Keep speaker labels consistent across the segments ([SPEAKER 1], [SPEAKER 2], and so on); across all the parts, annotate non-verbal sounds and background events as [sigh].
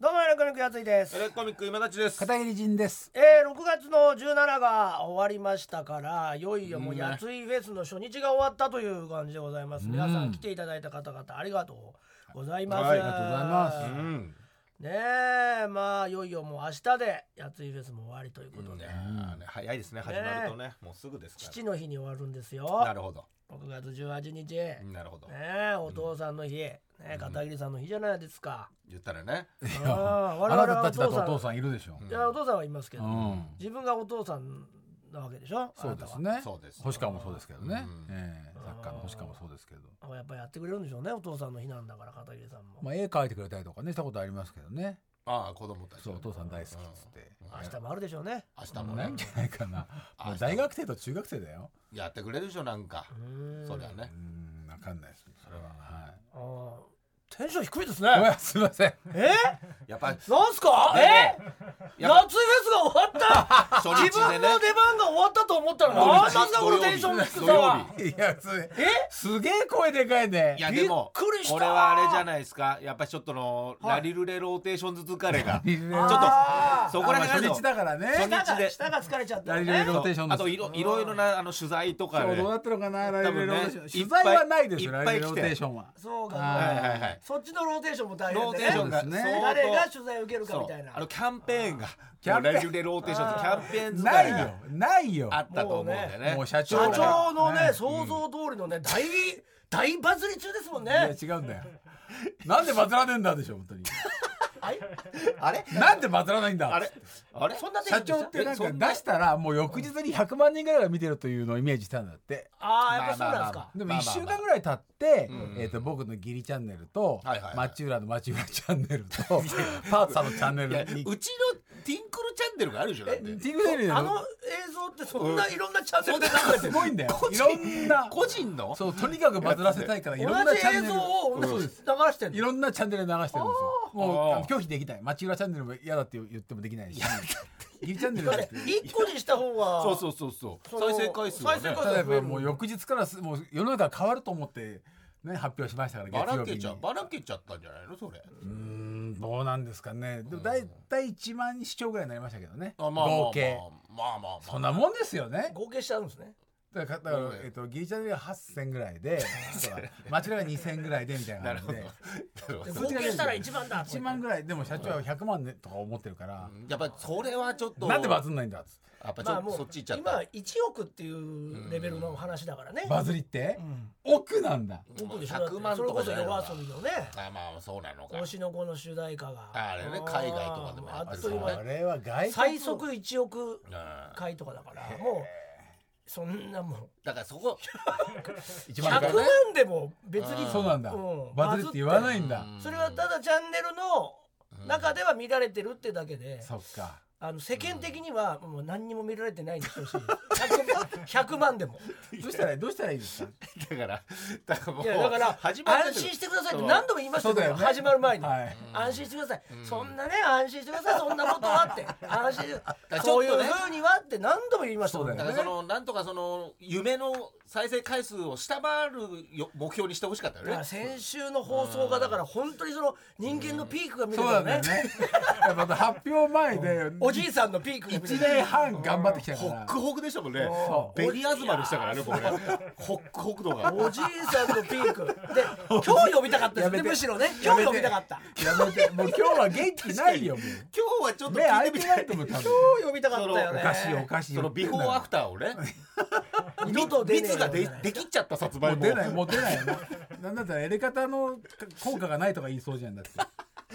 [SPEAKER 1] コミックやついです
[SPEAKER 2] エレコミック今立ちです。
[SPEAKER 3] 片桐仁です。
[SPEAKER 1] えー、6月の17が終わりましたからいよいよもうやついフェスの初日が終わったという感じでございます、皆さん来ていただいた方々ありがとうございます、
[SPEAKER 2] はいあり
[SPEAKER 3] がとうございます
[SPEAKER 2] うん。
[SPEAKER 1] ねえまあいよいよもう明日でやついフェスも終わりということで、
[SPEAKER 2] ねあね早いですね。始まるとね、もうすぐですか
[SPEAKER 1] 父の日に終わるんですよ
[SPEAKER 2] ら。なるほど。
[SPEAKER 1] 6月18日、ね
[SPEAKER 2] なるほど。
[SPEAKER 1] えお父さんの日、ねえ片桐さんの日じゃないですか、
[SPEAKER 2] 言ったらね。
[SPEAKER 3] い
[SPEAKER 1] あ
[SPEAKER 3] や
[SPEAKER 1] ー
[SPEAKER 3] [laughs] あ
[SPEAKER 1] 我々
[SPEAKER 3] なた
[SPEAKER 1] はお
[SPEAKER 3] たちだ
[SPEAKER 1] 父
[SPEAKER 3] と
[SPEAKER 1] さ
[SPEAKER 3] お
[SPEAKER 1] ん
[SPEAKER 3] 父さんいるでしょ。
[SPEAKER 1] いやお父さんはいますけど、
[SPEAKER 3] うん。
[SPEAKER 1] 自分がお父さんなわけでしょ
[SPEAKER 3] そうです
[SPEAKER 1] あな
[SPEAKER 3] ね。
[SPEAKER 2] そうです
[SPEAKER 3] 星川もそうですけどね
[SPEAKER 2] うん。
[SPEAKER 3] ええ作家の星川もそうですけど。
[SPEAKER 1] たはやっぱやってくれるんでしょうねお父さんの日なんだから片桐さんも、
[SPEAKER 3] まあ絵描いてくれたりとかねしたことありますけどね。
[SPEAKER 2] ああ子供たち。
[SPEAKER 3] そうお父さん大好きっつって。
[SPEAKER 1] 明日もあるでしょうね
[SPEAKER 2] 明
[SPEAKER 3] 多
[SPEAKER 2] 日も
[SPEAKER 3] 分ない
[SPEAKER 2] ね
[SPEAKER 3] んじゃないかな。
[SPEAKER 2] あ
[SPEAKER 3] もう大学生と中学生だよ。
[SPEAKER 2] やってくれるでしょなんか。そりゃね
[SPEAKER 3] う。んわかんないです。それははい。
[SPEAKER 1] あーテンション低いです
[SPEAKER 3] ごめ
[SPEAKER 1] ね
[SPEAKER 3] んすみません。
[SPEAKER 1] え
[SPEAKER 2] やっぱり
[SPEAKER 1] なんすかえ夏フェスが終わ
[SPEAKER 2] [laughs]
[SPEAKER 1] った
[SPEAKER 2] 初
[SPEAKER 1] 自
[SPEAKER 2] 日で
[SPEAKER 1] 分
[SPEAKER 2] ね
[SPEAKER 1] の。出番が終わったと思ったら
[SPEAKER 2] 土
[SPEAKER 1] 何
[SPEAKER 2] 曜
[SPEAKER 1] なん
[SPEAKER 2] 日
[SPEAKER 1] すかこのテンションの低さ
[SPEAKER 2] 土曜
[SPEAKER 1] は
[SPEAKER 2] 日
[SPEAKER 3] いやす
[SPEAKER 1] え
[SPEAKER 3] すげえ声でかいね
[SPEAKER 2] い。やでも
[SPEAKER 1] びっくりした
[SPEAKER 2] これはあれじゃないですかやっぱりちょっとの、
[SPEAKER 1] はい
[SPEAKER 2] ラリルレローテーションずつ疲れが
[SPEAKER 3] リルレロ
[SPEAKER 2] ちょっ
[SPEAKER 1] あー
[SPEAKER 2] とそこら
[SPEAKER 3] あまあ
[SPEAKER 2] 辺
[SPEAKER 3] 初
[SPEAKER 2] が
[SPEAKER 3] 日だからね。
[SPEAKER 2] 初日
[SPEAKER 1] 舌
[SPEAKER 2] で
[SPEAKER 1] が舌が疲れちゃった
[SPEAKER 3] ラ
[SPEAKER 1] よ
[SPEAKER 3] リルレ
[SPEAKER 1] ね
[SPEAKER 3] ローテーション
[SPEAKER 2] あ
[SPEAKER 3] です
[SPEAKER 2] といろいろいろなあの取材とか
[SPEAKER 3] そう
[SPEAKER 2] で、
[SPEAKER 3] どうな
[SPEAKER 2] は
[SPEAKER 3] ってるのかな、ラ
[SPEAKER 2] 多
[SPEAKER 3] リ
[SPEAKER 2] 分
[SPEAKER 3] ル
[SPEAKER 2] ね
[SPEAKER 3] ローテーション。
[SPEAKER 2] いっ
[SPEAKER 3] 取
[SPEAKER 2] ぱい
[SPEAKER 3] 材はないですよ、
[SPEAKER 2] いっ
[SPEAKER 3] ラ
[SPEAKER 2] ぱ
[SPEAKER 3] リ
[SPEAKER 2] い来
[SPEAKER 3] ル
[SPEAKER 2] て
[SPEAKER 3] ローテーションは。
[SPEAKER 1] そうか、
[SPEAKER 2] い
[SPEAKER 3] は
[SPEAKER 2] はいはい
[SPEAKER 1] そっちのローテーションも大変
[SPEAKER 2] ロー
[SPEAKER 1] で
[SPEAKER 2] テーショ
[SPEAKER 1] ね
[SPEAKER 2] ンが
[SPEAKER 3] そうですね
[SPEAKER 2] 相当
[SPEAKER 1] 誰が取材受けるか
[SPEAKER 2] そう
[SPEAKER 1] みたいな
[SPEAKER 2] あのキャンペーンが
[SPEAKER 3] キャンペーン
[SPEAKER 2] ラリルレローテーションってキャンペーン疲
[SPEAKER 3] ない
[SPEAKER 2] れ
[SPEAKER 3] よ
[SPEAKER 2] が、
[SPEAKER 3] ないよ。
[SPEAKER 2] あったと思うんだよね
[SPEAKER 3] もう社
[SPEAKER 1] 社
[SPEAKER 3] 長が
[SPEAKER 1] 長のね
[SPEAKER 3] ね
[SPEAKER 1] 想像通りのね大大バズり中ですもん
[SPEAKER 3] いや、
[SPEAKER 1] ね
[SPEAKER 3] 違うんだ
[SPEAKER 2] [laughs]
[SPEAKER 3] よ。なんでバズらねえんだでしょ、本当に。
[SPEAKER 1] はい
[SPEAKER 2] あれ
[SPEAKER 3] なんでバズらないんだ
[SPEAKER 2] あれあれ
[SPEAKER 1] そんなテンショ
[SPEAKER 3] 社
[SPEAKER 1] ンでした
[SPEAKER 3] 長ってなん
[SPEAKER 2] え
[SPEAKER 3] か
[SPEAKER 2] そんな
[SPEAKER 3] 出したら、もう翌日に100万人ぐらいが見てるというのをイメージしたんだって。
[SPEAKER 1] ああやっぱそうなんですか、
[SPEAKER 3] でも
[SPEAKER 2] まあまあ
[SPEAKER 3] 1
[SPEAKER 2] まあ
[SPEAKER 3] 週間ぐらい経って
[SPEAKER 2] うん、
[SPEAKER 3] えっと、僕のギリチャンネルと
[SPEAKER 2] はいはいはい、
[SPEAKER 3] 町浦の町浦チャンネ
[SPEAKER 2] [laughs]
[SPEAKER 3] ルと、パーツさんのチャンネ
[SPEAKER 2] いや
[SPEAKER 3] ル
[SPEAKER 2] うちの
[SPEAKER 3] に。
[SPEAKER 2] ティンクルチャンネルがあるでしょだって
[SPEAKER 3] ティグネル
[SPEAKER 1] あの映像ってそんないろんなチャンネルで流れて
[SPEAKER 3] す
[SPEAKER 1] る
[SPEAKER 3] ごいんだよ。
[SPEAKER 2] 個
[SPEAKER 3] い
[SPEAKER 2] 人
[SPEAKER 3] ろんな。
[SPEAKER 2] 個人の
[SPEAKER 3] そう、とにかくバズらせたいから、い
[SPEAKER 1] 同
[SPEAKER 3] ろんなチャ
[SPEAKER 1] じ
[SPEAKER 3] ン
[SPEAKER 1] 映
[SPEAKER 3] ネ
[SPEAKER 1] 像
[SPEAKER 3] ル。
[SPEAKER 1] を
[SPEAKER 3] そ
[SPEAKER 1] 同
[SPEAKER 3] う
[SPEAKER 1] じ流
[SPEAKER 3] です
[SPEAKER 1] して
[SPEAKER 3] い
[SPEAKER 1] る
[SPEAKER 3] ろんなチャンネルで流してるんですよ。もうあの
[SPEAKER 2] あー
[SPEAKER 3] 拒否できない。町浦チャンネルも嫌だって言ってもできないし。ギリチャンネル
[SPEAKER 1] の
[SPEAKER 3] だっ
[SPEAKER 1] ね
[SPEAKER 3] て。
[SPEAKER 1] 一個にした方が
[SPEAKER 2] そうそうそうそう
[SPEAKER 1] その
[SPEAKER 2] 再生回数はね
[SPEAKER 1] 再生回数
[SPEAKER 3] 例えばもう翌日からすもう世の中が変わると思って、ね、発表しましたから、
[SPEAKER 2] ば
[SPEAKER 3] 月
[SPEAKER 2] ら
[SPEAKER 3] 曜日
[SPEAKER 2] け
[SPEAKER 3] に。
[SPEAKER 2] ちゃばらけちゃったんじゃないのそれ
[SPEAKER 3] うーん、どうなんですかね。でもだいたい1万視聴ぐらいになりましたけどね。
[SPEAKER 2] あまあまあ
[SPEAKER 3] 合計。
[SPEAKER 2] まあまあまあ
[SPEAKER 3] そんなもんですよね。
[SPEAKER 1] 合計しちゃうんですね
[SPEAKER 3] だから、だから
[SPEAKER 2] うん
[SPEAKER 3] えっと、ギリチャンネルが8000ぐらい [laughs] で、町浦が2000ぐらいでみたいな
[SPEAKER 2] なる
[SPEAKER 3] 感
[SPEAKER 2] ほ
[SPEAKER 3] じ
[SPEAKER 2] ど
[SPEAKER 3] で。
[SPEAKER 1] で
[SPEAKER 3] そっ
[SPEAKER 1] 合
[SPEAKER 3] ちが出
[SPEAKER 1] 計
[SPEAKER 3] る
[SPEAKER 1] したら一番だ
[SPEAKER 3] 1万ぐらいでも社長は100万ねとか思ってるから、
[SPEAKER 2] やっぱりそれはちょっと
[SPEAKER 3] なんでバズんないんだっつって
[SPEAKER 2] やっぱちょ
[SPEAKER 1] まあ
[SPEAKER 2] っ
[SPEAKER 1] も
[SPEAKER 2] とそうっち行っちゃった
[SPEAKER 1] 今一億っていうレベルの話だからね
[SPEAKER 3] バズりって、
[SPEAKER 1] うん
[SPEAKER 3] 奥なんだ
[SPEAKER 1] 億でしょ
[SPEAKER 2] 100万
[SPEAKER 1] それ
[SPEAKER 2] と
[SPEAKER 1] こ
[SPEAKER 2] か
[SPEAKER 1] そ
[SPEAKER 2] じゃな
[SPEAKER 1] 夜
[SPEAKER 2] いのか
[SPEAKER 1] 遊びのね
[SPEAKER 2] あまあそうなのか
[SPEAKER 1] 推しの子の主題歌が
[SPEAKER 2] あれね海外とかでもや
[SPEAKER 1] あ
[SPEAKER 2] って
[SPEAKER 1] っ
[SPEAKER 2] る
[SPEAKER 1] と
[SPEAKER 2] か
[SPEAKER 1] い
[SPEAKER 2] ら
[SPEAKER 1] う
[SPEAKER 2] ね
[SPEAKER 1] 間
[SPEAKER 3] あれは外国
[SPEAKER 1] 最速1億
[SPEAKER 2] うんだ
[SPEAKER 1] 回とかだからもうそんなもん
[SPEAKER 2] からそこ
[SPEAKER 3] 一
[SPEAKER 1] 100
[SPEAKER 3] 万回ね
[SPEAKER 1] 万でも別
[SPEAKER 2] う
[SPEAKER 1] に
[SPEAKER 2] ん
[SPEAKER 3] そうなんだ、
[SPEAKER 1] うん
[SPEAKER 3] バズりって言わないんだ、
[SPEAKER 2] うん
[SPEAKER 1] それはただチャンネルの中では見られてるってだけで
[SPEAKER 3] そっか
[SPEAKER 1] あの世間的にはもう何にも見られてないんでしょう [laughs] し 100, 100万でも
[SPEAKER 3] どうしたらどうしたらいいですか
[SPEAKER 2] だからだからもう
[SPEAKER 1] いやだから
[SPEAKER 2] [laughs] 始まって
[SPEAKER 1] 安
[SPEAKER 2] る
[SPEAKER 1] 心してくださいって何度も言いました
[SPEAKER 3] そうだ
[SPEAKER 1] け
[SPEAKER 3] よ
[SPEAKER 1] ど
[SPEAKER 3] ね
[SPEAKER 1] 始まる前に
[SPEAKER 3] はい
[SPEAKER 1] 安心してくださいそんなね安心してくださいそんなことはって安心して
[SPEAKER 2] らち
[SPEAKER 1] そ
[SPEAKER 2] ょ
[SPEAKER 1] う
[SPEAKER 2] っ
[SPEAKER 1] いう
[SPEAKER 2] とね
[SPEAKER 1] 風にはって何度も言いましたもん
[SPEAKER 3] そう
[SPEAKER 2] だか
[SPEAKER 3] だよ
[SPEAKER 2] らそのなんとかその夢の再生回数を下回るよ目標にしてほしかったよ
[SPEAKER 1] だか
[SPEAKER 2] ね
[SPEAKER 1] ら先週の放送がだから本当にその人間のピークが見れ
[SPEAKER 3] そう
[SPEAKER 1] た
[SPEAKER 3] な
[SPEAKER 1] よ
[SPEAKER 3] んだ
[SPEAKER 1] ね
[SPEAKER 3] よねやっぱ発表前で
[SPEAKER 1] おじいさんのピークが見れ
[SPEAKER 3] 1
[SPEAKER 1] た
[SPEAKER 3] 年半頑張ってきたか
[SPEAKER 2] ホ
[SPEAKER 3] ら
[SPEAKER 2] ックホクでしたもんね
[SPEAKER 3] そ
[SPEAKER 2] ベリアズマルでしたからね僕ねホックホク度が
[SPEAKER 1] おじいさんのピーク
[SPEAKER 3] [laughs]
[SPEAKER 1] で今日呼びたかったです
[SPEAKER 3] やめ
[SPEAKER 1] ね
[SPEAKER 3] て
[SPEAKER 1] むしろね今日呼びたかった
[SPEAKER 3] やめてもう今日は元気ないよもう
[SPEAKER 2] 今日はちょっと
[SPEAKER 3] 目
[SPEAKER 2] 聞
[SPEAKER 3] 開
[SPEAKER 2] い
[SPEAKER 3] い
[SPEAKER 2] て
[SPEAKER 3] て
[SPEAKER 2] み
[SPEAKER 3] な
[SPEAKER 2] たい
[SPEAKER 3] いと思う多分
[SPEAKER 1] 今日呼びたかったよね
[SPEAKER 3] おかしいおかしい
[SPEAKER 2] そのビフォーアフターをね
[SPEAKER 1] [laughs] 二度と出ねえよ
[SPEAKER 2] 蜜がでできっちゃったさつま
[SPEAKER 3] も
[SPEAKER 2] いうも
[SPEAKER 3] 出ないもう出ないよななんだったらエレカタの効果がないとか言いそうじゃんだって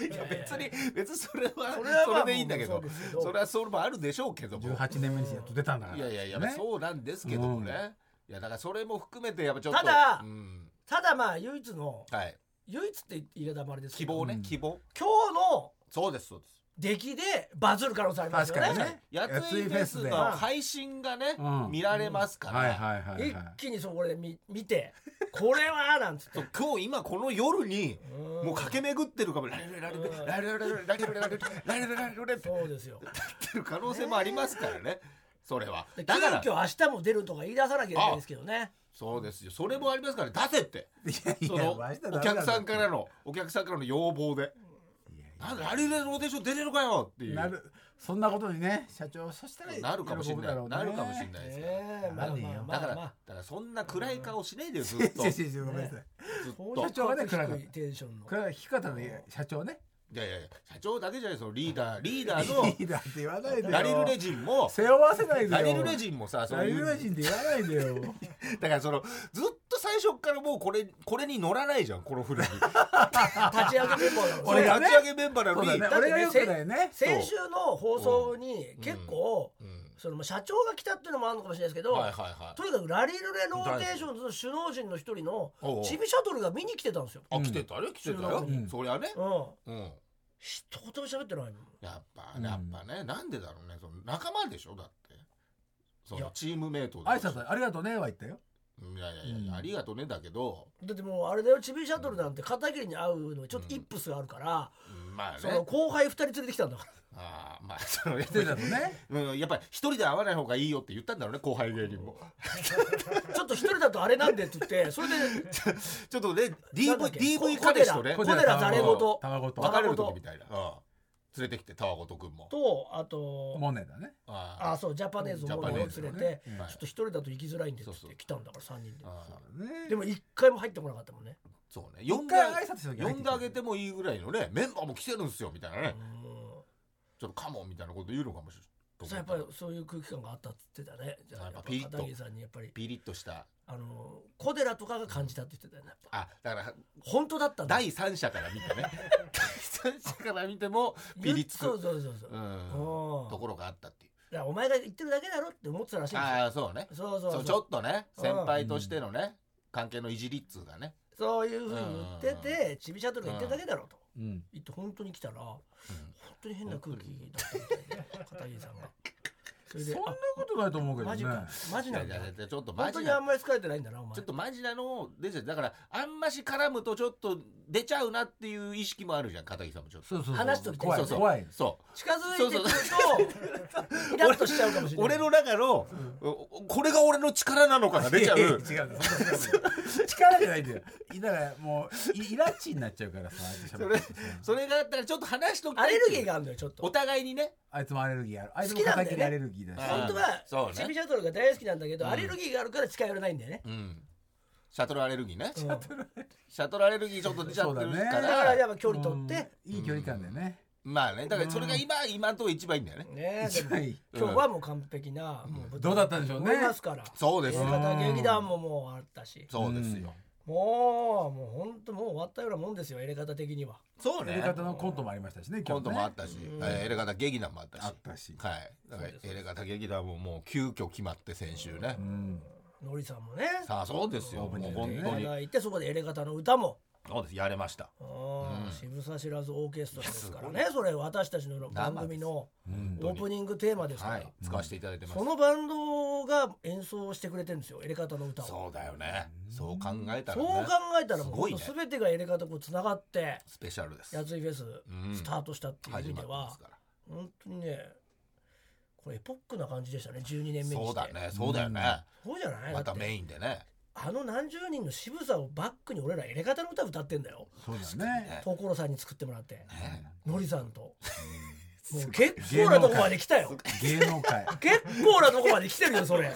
[SPEAKER 2] いや別に別にそれは
[SPEAKER 1] そ
[SPEAKER 2] そ
[SPEAKER 1] れ
[SPEAKER 2] れ
[SPEAKER 1] はまあ
[SPEAKER 2] でいいんだけ
[SPEAKER 1] もう
[SPEAKER 2] ど
[SPEAKER 1] そうですけど
[SPEAKER 2] それはそれもあるでしょうけども
[SPEAKER 3] 18年目にしてやっと出たんだから
[SPEAKER 2] いやいやいや、
[SPEAKER 3] ね
[SPEAKER 2] そうなんですけどもね、いやだからそれも含めてやっぱちょっと
[SPEAKER 1] ただ
[SPEAKER 2] うん
[SPEAKER 1] ただまあ唯一の
[SPEAKER 2] はい
[SPEAKER 1] 唯一って言い方もあれですけ
[SPEAKER 2] 希
[SPEAKER 1] ど
[SPEAKER 2] 望ね、
[SPEAKER 3] うん
[SPEAKER 2] 希望
[SPEAKER 1] 今日の
[SPEAKER 2] そうですそうです
[SPEAKER 1] 出来でバズる可能性ありますよ
[SPEAKER 3] 確かに
[SPEAKER 1] ね
[SPEAKER 3] ね
[SPEAKER 2] やついフェスの配信がね、
[SPEAKER 3] うん
[SPEAKER 2] 見られますから、
[SPEAKER 3] はいはいはいはい
[SPEAKER 1] 一気にそこで見見てこれはなんつって
[SPEAKER 2] そう今日今この夜に
[SPEAKER 1] うん
[SPEAKER 2] もう駆け巡ってるかもラリルレラリルレラリルレラリルレラリルレラリルレラリルレって
[SPEAKER 1] そうですよ
[SPEAKER 2] ってる可能性もありますからねそれは
[SPEAKER 1] で急
[SPEAKER 2] だから
[SPEAKER 1] 遽明日も出るとか言い出さなきゃいけないですけどね
[SPEAKER 2] そうですよそれもありますから出せって
[SPEAKER 3] いやい
[SPEAKER 2] そ
[SPEAKER 3] や
[SPEAKER 2] の
[SPEAKER 3] マジで
[SPEAKER 2] お
[SPEAKER 3] ダメなんだ
[SPEAKER 2] 客さんからのお客さんからの要望で
[SPEAKER 3] いやいや
[SPEAKER 2] なんでラリーでローテーション出れるかよっていう
[SPEAKER 3] なるそんなことにね社長そしたら
[SPEAKER 2] なるかもしれない、
[SPEAKER 3] 喜ぶだ
[SPEAKER 2] な
[SPEAKER 3] ろうね
[SPEAKER 2] るかもしれないですよ、
[SPEAKER 1] ええまあ
[SPEAKER 3] 何
[SPEAKER 1] まあ
[SPEAKER 3] よ
[SPEAKER 1] ま
[SPEAKER 2] だ
[SPEAKER 1] あ
[SPEAKER 2] から、
[SPEAKER 1] まあ
[SPEAKER 2] だからそんな暗い顔しないでよずっと
[SPEAKER 3] 違う
[SPEAKER 2] ずっ
[SPEAKER 3] 違う違うごめんなさい
[SPEAKER 1] そう
[SPEAKER 2] と
[SPEAKER 1] いう
[SPEAKER 3] 社長がね
[SPEAKER 1] 低
[SPEAKER 3] 暗かっ
[SPEAKER 1] い
[SPEAKER 3] た
[SPEAKER 1] テンションの
[SPEAKER 3] これは弾き方の社長ね
[SPEAKER 2] いやいやいや社長だけじゃないそのリー
[SPEAKER 3] [laughs]
[SPEAKER 2] ダーリーダーの
[SPEAKER 3] リーダーって言わないでよ
[SPEAKER 2] ラリルレジンも
[SPEAKER 3] 背負わせないでよ
[SPEAKER 2] ラリルレジンもさそう
[SPEAKER 3] ラリ
[SPEAKER 2] い
[SPEAKER 3] ルレ
[SPEAKER 2] う
[SPEAKER 3] ジンって言わないでよ
[SPEAKER 2] だからそのずっと最初からもうこれこれに乗らないじゃんこの船
[SPEAKER 3] [laughs]
[SPEAKER 2] に
[SPEAKER 1] 立ち上げメンバーだもん
[SPEAKER 2] 俺
[SPEAKER 3] 俺がね
[SPEAKER 2] 立ち上げメンバーな
[SPEAKER 3] そ
[SPEAKER 2] の
[SPEAKER 3] う
[SPEAKER 2] に、
[SPEAKER 3] だね
[SPEAKER 1] だってね
[SPEAKER 3] 俺がよくないね
[SPEAKER 1] 先週の放送に結構、
[SPEAKER 2] うん
[SPEAKER 1] そのまあ社長が来たっていうのもあるのかもしれないですけど、
[SPEAKER 2] はいはいはい
[SPEAKER 1] とにかくラリルレローテーションズの首脳陣の一人の
[SPEAKER 2] おうおう
[SPEAKER 1] チビシャトルが見に来てたんですよ。
[SPEAKER 2] あ来てたね来てたよ、
[SPEAKER 3] うん
[SPEAKER 2] そりゃね
[SPEAKER 1] うん、
[SPEAKER 2] うん
[SPEAKER 1] 一言も喋ってないもん。
[SPEAKER 2] やっぱ、
[SPEAKER 3] うん
[SPEAKER 2] やっぱねなんでだろうねその仲間でしょだってそ
[SPEAKER 1] い
[SPEAKER 2] の
[SPEAKER 1] や
[SPEAKER 2] チームメイト
[SPEAKER 3] 挨
[SPEAKER 2] だし
[SPEAKER 3] 拶ありがとうねは言ったよ
[SPEAKER 2] うんいやいやいや、
[SPEAKER 3] うん
[SPEAKER 2] ありがとうねだけど、
[SPEAKER 1] だってもうあれだよチビシャトルなんて片桐に会うのちょっとイップスがあるから、
[SPEAKER 2] うんまあ
[SPEAKER 1] その
[SPEAKER 2] ね
[SPEAKER 1] 後輩二人連れてきたんだ
[SPEAKER 2] [laughs]
[SPEAKER 1] から。
[SPEAKER 2] あーまあそのやっ
[SPEAKER 3] 言ってたのね
[SPEAKER 2] うん、やっぱり一人で会わない方がいいよって言ったんだろうね後輩芸人も
[SPEAKER 1] ちょっと一人だとあれなんでって言ってそれで
[SPEAKER 2] ちょっと
[SPEAKER 1] なん
[SPEAKER 2] ね
[SPEAKER 1] だ
[SPEAKER 2] DV
[SPEAKER 1] っけ
[SPEAKER 2] DV 彼氏とね
[SPEAKER 1] 小寺
[SPEAKER 3] 小
[SPEAKER 1] 誰ごと
[SPEAKER 3] 卵と
[SPEAKER 2] 別れる時みたいな、うん、連れてきてタワゴト君も
[SPEAKER 1] とあと
[SPEAKER 3] モネだね
[SPEAKER 2] あ
[SPEAKER 1] あそうジャパネーズをもう連れ
[SPEAKER 2] ジ
[SPEAKER 1] て、
[SPEAKER 2] ャパネ
[SPEAKER 3] ーズね
[SPEAKER 2] ーはい
[SPEAKER 1] ちょっと一人だと行きづらいんでって言っ
[SPEAKER 2] そうそ
[SPEAKER 1] て
[SPEAKER 2] う
[SPEAKER 1] 来たんだから三人で。
[SPEAKER 2] あー
[SPEAKER 3] ね
[SPEAKER 1] でも一回も入ってこなかったもんね。
[SPEAKER 2] そうね呼
[SPEAKER 3] 一
[SPEAKER 2] んで
[SPEAKER 3] 回挨拶した時
[SPEAKER 2] 呼んであげてもいいぐらいのねメンバーも来てるんですよみたいなね
[SPEAKER 1] うん
[SPEAKER 2] ちょっとカモンみたいなこと言うのかもしれない
[SPEAKER 1] そうやっぱりそういう空気感があったって言ってたね。じゃあ
[SPEAKER 2] や
[SPEAKER 1] やっ
[SPEAKER 2] っぱ
[SPEAKER 1] ぱ
[SPEAKER 2] ピリッと
[SPEAKER 1] 片桐さんにやっぱり
[SPEAKER 2] ピリッとした
[SPEAKER 1] あの小寺とかが感じたって言ってたよね。やっぱ
[SPEAKER 2] あだから
[SPEAKER 1] 本当だったんだ。
[SPEAKER 2] 第三者から見て
[SPEAKER 1] [laughs]
[SPEAKER 2] ね第三者から見てもピリつく
[SPEAKER 1] そうそうそうそう。
[SPEAKER 2] う
[SPEAKER 1] うん
[SPEAKER 2] んところがあったっていう
[SPEAKER 1] いやお前が言ってるだけだろって思ってたらしいんです
[SPEAKER 2] ああそうね
[SPEAKER 1] よ。そうそう
[SPEAKER 2] そ
[SPEAKER 1] そうう
[SPEAKER 2] ちょっとね先輩としてのね関係のいじりっつうかね
[SPEAKER 1] そういうふうに言って
[SPEAKER 2] うんうん
[SPEAKER 1] て、ちびシャトルが言ってるだけだろと
[SPEAKER 3] うん
[SPEAKER 1] 言って本当に来たら、本当に変な空気だったみたいで、片桐さんが。それ
[SPEAKER 3] そ
[SPEAKER 1] で、
[SPEAKER 3] んな
[SPEAKER 1] あ
[SPEAKER 3] ことないと思うけど
[SPEAKER 1] マジ
[SPEAKER 3] ね
[SPEAKER 1] か、マジ
[SPEAKER 2] い
[SPEAKER 1] な
[SPEAKER 2] や
[SPEAKER 1] ん
[SPEAKER 2] い
[SPEAKER 1] だ
[SPEAKER 2] や。いやちょっとマ
[SPEAKER 1] 本
[SPEAKER 2] ジ
[SPEAKER 1] 当にあ
[SPEAKER 2] なん
[SPEAKER 1] まり好かれてないんだな、お前。
[SPEAKER 2] ちょっとマジなの出ちゃうだからあんまし絡むとちょっと出ちゃうなっていう意識もあるじゃん片桐さんもちょっと
[SPEAKER 3] そうそうそう
[SPEAKER 1] 話しときたい
[SPEAKER 3] 怖
[SPEAKER 1] そ
[SPEAKER 3] いう
[SPEAKER 1] そう
[SPEAKER 3] 怖い
[SPEAKER 2] そ
[SPEAKER 1] 近づいてくると、イラッとしちゃうかもしれ
[SPEAKER 2] う
[SPEAKER 1] ない。
[SPEAKER 2] 俺の中のおこれが俺の力なのかが出ちゃ
[SPEAKER 3] いやい [laughs] や
[SPEAKER 2] う
[SPEAKER 3] 違うんだよ力じゃないんだよだからもういイラチになっちゃうからさあ
[SPEAKER 2] そ
[SPEAKER 3] い
[SPEAKER 2] れ
[SPEAKER 3] つ喋ってるとさ
[SPEAKER 2] それがあったらちょっと話しとき
[SPEAKER 1] ア
[SPEAKER 2] たい
[SPEAKER 1] レ
[SPEAKER 2] って
[SPEAKER 1] ル
[SPEAKER 2] い
[SPEAKER 1] ギ
[SPEAKER 2] う
[SPEAKER 1] ーがあるんだよ、ちょっ
[SPEAKER 2] お
[SPEAKER 1] と。
[SPEAKER 2] 互いにね
[SPEAKER 3] あいつもアレルギーあるあいつも
[SPEAKER 1] 好きなんだよね
[SPEAKER 3] 片桐アレルギーだし
[SPEAKER 2] あー
[SPEAKER 1] 本当は
[SPEAKER 2] そう、ね
[SPEAKER 1] ちびシャトルが大好きなんだけど、
[SPEAKER 2] うん
[SPEAKER 1] アレルギーがあるから近寄れないんだよね。
[SPEAKER 2] うんシャトルアレルギーね、
[SPEAKER 1] うんだ
[SPEAKER 2] シャトルアレルギーちょっと出ちゃってるか
[SPEAKER 3] そう
[SPEAKER 2] ら
[SPEAKER 1] から、やっぱ距離取って、
[SPEAKER 3] うんいい距離感だよね
[SPEAKER 2] まあねだからそれが今、今んとこ一番いいんだよね
[SPEAKER 1] ね
[SPEAKER 3] 一番いい
[SPEAKER 1] 今日はもう完璧な、もう
[SPEAKER 3] どうだったんでしょうね
[SPEAKER 1] 思いますから
[SPEAKER 2] そうです
[SPEAKER 1] 映
[SPEAKER 2] よ
[SPEAKER 1] 画だ劇団ももうあったし
[SPEAKER 2] そうですよ、
[SPEAKER 1] もうもう本当もう終わったようなもんですよエレガタ的には
[SPEAKER 2] そう
[SPEAKER 3] や
[SPEAKER 2] ね
[SPEAKER 3] り方のコントもありましたしね
[SPEAKER 2] コントもあったたし、えーエレガタ劇団もあったし
[SPEAKER 3] あったし
[SPEAKER 2] はいだから
[SPEAKER 1] そうです
[SPEAKER 2] エレガタ劇団ももう急遽決まって先週ね、
[SPEAKER 3] うん
[SPEAKER 1] ノリさんもね
[SPEAKER 2] さあそうですよ
[SPEAKER 3] オープニ
[SPEAKER 2] もう
[SPEAKER 3] ング
[SPEAKER 2] 本
[SPEAKER 1] い
[SPEAKER 2] 当
[SPEAKER 3] でね
[SPEAKER 2] に
[SPEAKER 1] ただいてそこでエレガタの歌も
[SPEAKER 2] そうですやれました
[SPEAKER 1] うん渋沢知らずオーケストラですから
[SPEAKER 2] い
[SPEAKER 1] ねそれ私たちの番組の
[SPEAKER 3] うん
[SPEAKER 1] オープニングテーマですか
[SPEAKER 2] は
[SPEAKER 1] ら
[SPEAKER 2] い使わせていただいてます、
[SPEAKER 1] そのバンドが演奏してくれてるんですよエレガタの歌を
[SPEAKER 2] そうだよねそう考えたら、
[SPEAKER 1] そう
[SPEAKER 2] ね、
[SPEAKER 1] 考えたらもう
[SPEAKER 2] すごいね
[SPEAKER 1] 本当全てがエレガタとつながって
[SPEAKER 2] スペシャルです
[SPEAKER 1] やついフェス
[SPEAKER 2] ん
[SPEAKER 1] スタートしたっていう意
[SPEAKER 2] 始
[SPEAKER 1] 味
[SPEAKER 2] ま
[SPEAKER 1] で
[SPEAKER 2] ってま
[SPEAKER 1] は
[SPEAKER 2] すから
[SPEAKER 1] 本当にねこれエポックな感じでしたね12年目にして
[SPEAKER 2] そうだねそうだよね、
[SPEAKER 1] そうじゃない
[SPEAKER 2] また
[SPEAKER 1] だって
[SPEAKER 2] メインでね
[SPEAKER 1] あの何十人の渋さをバックに俺らエレガタの歌歌ってんだよ
[SPEAKER 3] そうだね
[SPEAKER 1] 所さんに作ってもらって
[SPEAKER 2] ね
[SPEAKER 1] のりさん
[SPEAKER 2] [laughs]
[SPEAKER 1] ともう結構なとこまで来たよ
[SPEAKER 3] 芸能界
[SPEAKER 1] 結構なとこまで来てるよそ
[SPEAKER 2] [laughs]
[SPEAKER 1] れ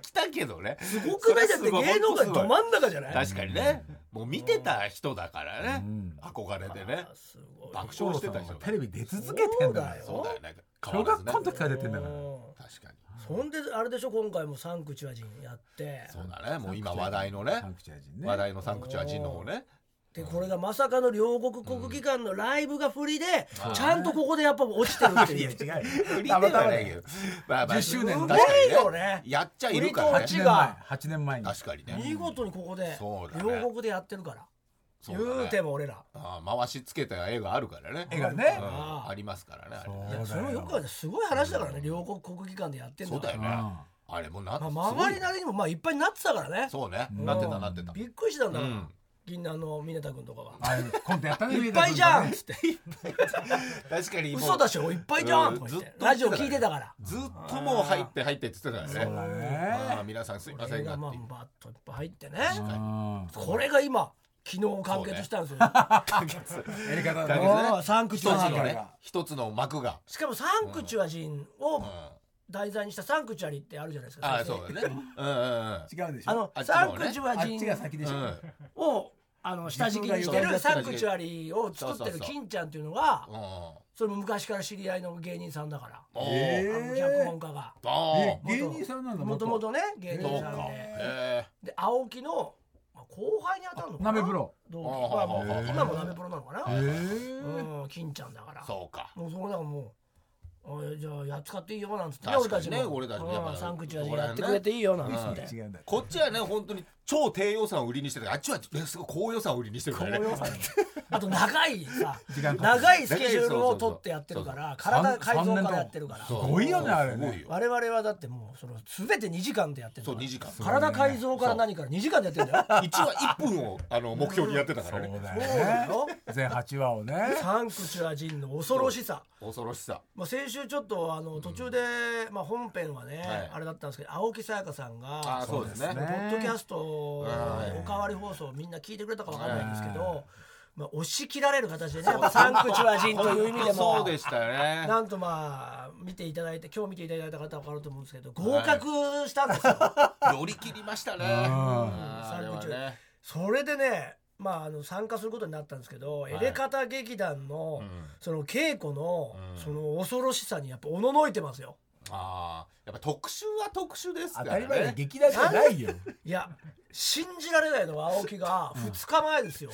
[SPEAKER 2] 来たけどね
[SPEAKER 1] すごくないだって芸能界の
[SPEAKER 2] すごい
[SPEAKER 1] ど真ん中じゃない
[SPEAKER 2] 確かにねもう見てた人だからね、
[SPEAKER 3] うん
[SPEAKER 2] 憧れてね
[SPEAKER 1] あーすごい
[SPEAKER 2] 爆
[SPEAKER 3] 小
[SPEAKER 2] 笑
[SPEAKER 3] 野
[SPEAKER 2] して
[SPEAKER 3] さん
[SPEAKER 2] た
[SPEAKER 3] は
[SPEAKER 2] 人
[SPEAKER 3] テレビ出続けてんだから
[SPEAKER 1] そ
[SPEAKER 2] そうだよね変
[SPEAKER 3] 小
[SPEAKER 2] わらず
[SPEAKER 3] 学
[SPEAKER 2] ね
[SPEAKER 3] 校の時から出てんだから
[SPEAKER 1] う
[SPEAKER 2] 確かに
[SPEAKER 1] んそんであれでしょ今回もサンクチュア人やって
[SPEAKER 2] そうだねもう今話題のね
[SPEAKER 3] サンクチュア人ね
[SPEAKER 2] 話題のサンクチュア人の方ね
[SPEAKER 1] でこれがまさかの両国国技館のライブが振りで、
[SPEAKER 2] うん
[SPEAKER 1] ちゃんとここでやっぱ落ちてるって
[SPEAKER 3] い
[SPEAKER 1] い
[SPEAKER 3] や
[SPEAKER 1] う。
[SPEAKER 3] 違う
[SPEAKER 2] 振りでは
[SPEAKER 3] よたまたま
[SPEAKER 2] ない
[SPEAKER 3] だ
[SPEAKER 2] け
[SPEAKER 3] よ
[SPEAKER 2] どまあまあ
[SPEAKER 3] 10周年
[SPEAKER 1] す
[SPEAKER 2] 確
[SPEAKER 1] ご
[SPEAKER 2] か
[SPEAKER 1] い
[SPEAKER 2] に
[SPEAKER 1] よね
[SPEAKER 2] やっちゃいるからね
[SPEAKER 1] 振
[SPEAKER 3] 8年前8年前に
[SPEAKER 2] 確かにね
[SPEAKER 1] 見事にここで
[SPEAKER 2] そうだね
[SPEAKER 1] 両国でやってるから、
[SPEAKER 2] そうだね
[SPEAKER 1] 言うても俺ら
[SPEAKER 2] ああ回しつけた絵があるからね
[SPEAKER 3] 絵がね
[SPEAKER 2] うんありますからねあれね
[SPEAKER 1] いやそれもよくあるすごい話だからね両国国技館でやってん
[SPEAKER 2] そ
[SPEAKER 1] だか
[SPEAKER 2] うだ
[SPEAKER 1] ら
[SPEAKER 2] よねあれもな
[SPEAKER 1] まあ、周りな
[SPEAKER 2] す
[SPEAKER 1] りにもまあいっぱいなってたからね
[SPEAKER 2] ごいそうね
[SPEAKER 3] うん
[SPEAKER 2] なってたなってた
[SPEAKER 1] びっくりしたんだから、
[SPEAKER 2] うん
[SPEAKER 1] 銀杏の峰田君とかは
[SPEAKER 3] あコントやった
[SPEAKER 1] 「
[SPEAKER 3] ね
[SPEAKER 1] [laughs] いっぱいじゃん!」っつって
[SPEAKER 2] [laughs] 確
[SPEAKER 1] 「
[SPEAKER 2] かにもう
[SPEAKER 1] 嘘だしょいっぱいじゃん!」とか言って
[SPEAKER 2] うん
[SPEAKER 1] ラジオ聞いてたから
[SPEAKER 2] ずっともう入って入ってって言ってたから
[SPEAKER 3] そうだ
[SPEAKER 2] ね
[SPEAKER 3] ね
[SPEAKER 2] ああ皆さんすいませ
[SPEAKER 1] 俺
[SPEAKER 2] んが
[SPEAKER 1] がまあ
[SPEAKER 2] っていう
[SPEAKER 1] バッといっぱい入ってね
[SPEAKER 3] うん
[SPEAKER 1] これが今昨日完結したんですよ、
[SPEAKER 2] 完結
[SPEAKER 3] やり
[SPEAKER 2] 完
[SPEAKER 3] 方の
[SPEAKER 2] 結ね
[SPEAKER 1] ああサンク
[SPEAKER 2] 一つ
[SPEAKER 1] チュア
[SPEAKER 2] の
[SPEAKER 1] リ、
[SPEAKER 2] ね一つの幕が、
[SPEAKER 1] しかもサンクチュア人を
[SPEAKER 2] うん、
[SPEAKER 1] 題材にしたサンクチュアリってあるじゃないですか
[SPEAKER 2] ああ
[SPEAKER 1] 先
[SPEAKER 2] そ
[SPEAKER 1] 生
[SPEAKER 2] うだねうんうんうん
[SPEAKER 3] 違うんでしょ
[SPEAKER 1] あの
[SPEAKER 2] あっちの
[SPEAKER 1] サ
[SPEAKER 2] 方
[SPEAKER 1] ン
[SPEAKER 2] ね
[SPEAKER 1] クチュア
[SPEAKER 3] あっちが
[SPEAKER 1] 人
[SPEAKER 3] 先でし
[SPEAKER 2] う
[SPEAKER 3] ょ、
[SPEAKER 2] ん
[SPEAKER 1] をあの下敷きにして
[SPEAKER 3] 自分が
[SPEAKER 1] る
[SPEAKER 3] 言
[SPEAKER 1] サンクチュアリを作ってる金ちゃんっていうのが
[SPEAKER 2] うん
[SPEAKER 1] それも昔から知り合いの芸人さんだから
[SPEAKER 2] お
[SPEAKER 3] え
[SPEAKER 2] ー
[SPEAKER 1] あの脚本家が
[SPEAKER 2] ボ
[SPEAKER 3] え芸人さんなんだ
[SPEAKER 1] もともとね芸
[SPEAKER 2] ーン
[SPEAKER 1] 人
[SPEAKER 2] そう
[SPEAKER 1] さんで
[SPEAKER 2] かへ
[SPEAKER 1] で青木のまあ後輩に当たるのかな
[SPEAKER 3] 鍋プロ
[SPEAKER 1] 同期
[SPEAKER 2] ああ
[SPEAKER 1] まあま
[SPEAKER 2] へ
[SPEAKER 1] あ
[SPEAKER 2] え
[SPEAKER 1] 今も鍋プロなのかな
[SPEAKER 3] え
[SPEAKER 1] うん金ちゃんだから
[SPEAKER 2] えそうか
[SPEAKER 1] もうそこだからもうおいじゃあやっつかっていいよなんつって
[SPEAKER 2] 確かにね
[SPEAKER 1] 俺たちも
[SPEAKER 2] 俺たちもやっぱ
[SPEAKER 1] うんサンクチュアリやってくれていいよなんつって
[SPEAKER 3] 違うんだ
[SPEAKER 2] こっちはね本当に超低予算を売りにしてるあっちはえすごい高予算を売りにしてるからね
[SPEAKER 1] あと長いさ
[SPEAKER 3] 時間かかる
[SPEAKER 1] 長いスケジュールを取ってやってるから体改造からやってるから
[SPEAKER 2] そう
[SPEAKER 3] すごいよねあれね
[SPEAKER 2] すごいよ
[SPEAKER 1] 我々はだってもうその全て2時間でやってるか
[SPEAKER 2] そう
[SPEAKER 1] ら
[SPEAKER 2] 2時間
[SPEAKER 1] 体改造から何から2時間でやってるんだよ
[SPEAKER 2] 一話1分をあの目標にやってたか
[SPEAKER 3] そう
[SPEAKER 2] ら
[SPEAKER 3] だ
[SPEAKER 2] ね
[SPEAKER 1] だよ
[SPEAKER 3] よね全8話をね
[SPEAKER 1] サンクチュア人の恐ろしさ
[SPEAKER 2] 恐ろしさ
[SPEAKER 1] まあ、先週ちょっとあの途中で、まあ、本編はね、
[SPEAKER 2] はい
[SPEAKER 1] あれだったんですけど青木さやかさん
[SPEAKER 2] あ
[SPEAKER 1] が
[SPEAKER 2] あそうです
[SPEAKER 3] そう
[SPEAKER 1] ポ
[SPEAKER 3] ですね
[SPEAKER 2] ね
[SPEAKER 1] ッドキャストお
[SPEAKER 2] はい
[SPEAKER 1] かわり放送みんな聞いてくれたかわかんないんですけ
[SPEAKER 3] は
[SPEAKER 1] ど、まあ、押し切られる形でねやっぱサンクチュア人という意味で
[SPEAKER 2] そう
[SPEAKER 1] も
[SPEAKER 2] でしたね
[SPEAKER 1] なんとまあ見ていただいて今日見ていただいた方は分かると思うんですけど合格したんですよ、
[SPEAKER 2] 乗り切りましたね
[SPEAKER 3] あ
[SPEAKER 1] ー
[SPEAKER 2] あれはね
[SPEAKER 1] それでね、まあ、あの参加することになったんですけど、
[SPEAKER 2] い
[SPEAKER 1] エレカタ劇団の、
[SPEAKER 2] うん
[SPEAKER 1] その稽古の、
[SPEAKER 2] うん
[SPEAKER 1] その恐ろしさにやっぱおののいてますよ。
[SPEAKER 2] ああやっぱ特集は特集ですか
[SPEAKER 3] 当
[SPEAKER 2] ら
[SPEAKER 3] た
[SPEAKER 2] ね
[SPEAKER 3] り前だよ劇団じゃないよ
[SPEAKER 1] いや信じられないのは青木が2日前ですよ、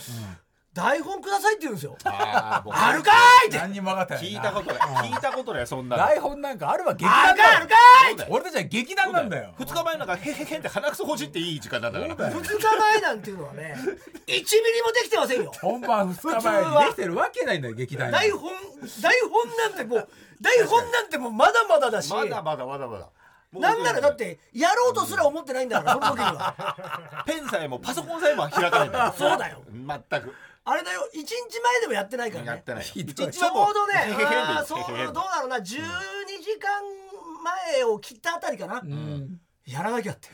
[SPEAKER 1] 台本くださいって言うんですよ
[SPEAKER 2] ああ僕
[SPEAKER 1] あるかーいって
[SPEAKER 3] 何にも分かってない
[SPEAKER 2] 聞い
[SPEAKER 3] な
[SPEAKER 2] たことない聞いたことないそんなの
[SPEAKER 3] 台本なんかあるわ劇
[SPEAKER 1] ある
[SPEAKER 3] 団
[SPEAKER 1] かいあるか
[SPEAKER 2] そうだよ
[SPEAKER 3] 俺たちは劇団なんだよ
[SPEAKER 2] 2日前なんかへへへって鼻くそほじっていい時間なんだから
[SPEAKER 1] い2日前なんていうのはね1ミリもできてませんよ
[SPEAKER 3] 本番2日前にできてるわけないんだよ劇団に
[SPEAKER 1] 台本台本なんてもう台本なんてもうまだまだだし
[SPEAKER 2] まだまだまだまだもう
[SPEAKER 1] なんならだってやろうとすら思ってないんだからその時に
[SPEAKER 2] [laughs]
[SPEAKER 1] は
[SPEAKER 2] ペンさえもパソコンさえも開かないんだ
[SPEAKER 1] そうだよ
[SPEAKER 2] 全く
[SPEAKER 1] あれだよ1日前でもやってないから
[SPEAKER 2] や
[SPEAKER 1] ね
[SPEAKER 2] ってない
[SPEAKER 3] ひどい
[SPEAKER 2] 一日
[SPEAKER 1] ちょ
[SPEAKER 2] は
[SPEAKER 1] う
[SPEAKER 2] も
[SPEAKER 1] どね
[SPEAKER 2] へへへでいい
[SPEAKER 1] あーそう
[SPEAKER 2] へ
[SPEAKER 1] どう
[SPEAKER 2] へへ
[SPEAKER 1] だ
[SPEAKER 2] で
[SPEAKER 1] ろうな12時間前を切ったあたりかな、
[SPEAKER 3] うん
[SPEAKER 1] やらなき
[SPEAKER 2] [laughs]
[SPEAKER 1] ゃって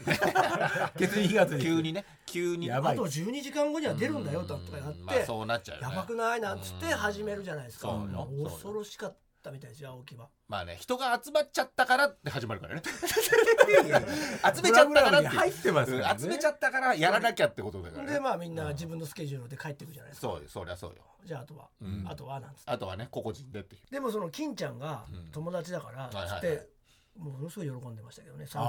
[SPEAKER 3] 決意火がついて
[SPEAKER 2] 急にね急に
[SPEAKER 3] やばい
[SPEAKER 1] あと12時間後には出るんだよとかなっ
[SPEAKER 2] うん
[SPEAKER 1] て、
[SPEAKER 2] まあそうなっちゃうよ
[SPEAKER 1] や
[SPEAKER 2] ね
[SPEAKER 1] ばくないなんつって始めるじゃないですか、
[SPEAKER 2] そうよ
[SPEAKER 1] 恐ろしかったみたいですよ青木は
[SPEAKER 2] まあね人が集まっちゃったからって始まるからね [laughs] 集めちゃったからっ
[SPEAKER 3] ブラブラに
[SPEAKER 2] て
[SPEAKER 3] 入ってますからね
[SPEAKER 2] うん集めちゃったからやらなきゃってことだから
[SPEAKER 1] [laughs] で
[SPEAKER 2] ね
[SPEAKER 1] まあみんな自分のスケジュールで帰ってくじゃないですか
[SPEAKER 2] そうよそりゃそうよ
[SPEAKER 1] じゃああとは、
[SPEAKER 2] うん
[SPEAKER 1] あとはなんつって
[SPEAKER 2] あとはね個々人でっていう
[SPEAKER 1] でもその金ちゃんが友達だから
[SPEAKER 2] はいはい
[SPEAKER 1] つ
[SPEAKER 2] は
[SPEAKER 1] っ
[SPEAKER 2] い
[SPEAKER 1] て、ものすごい喜んでましたけどねサン
[SPEAKER 3] あ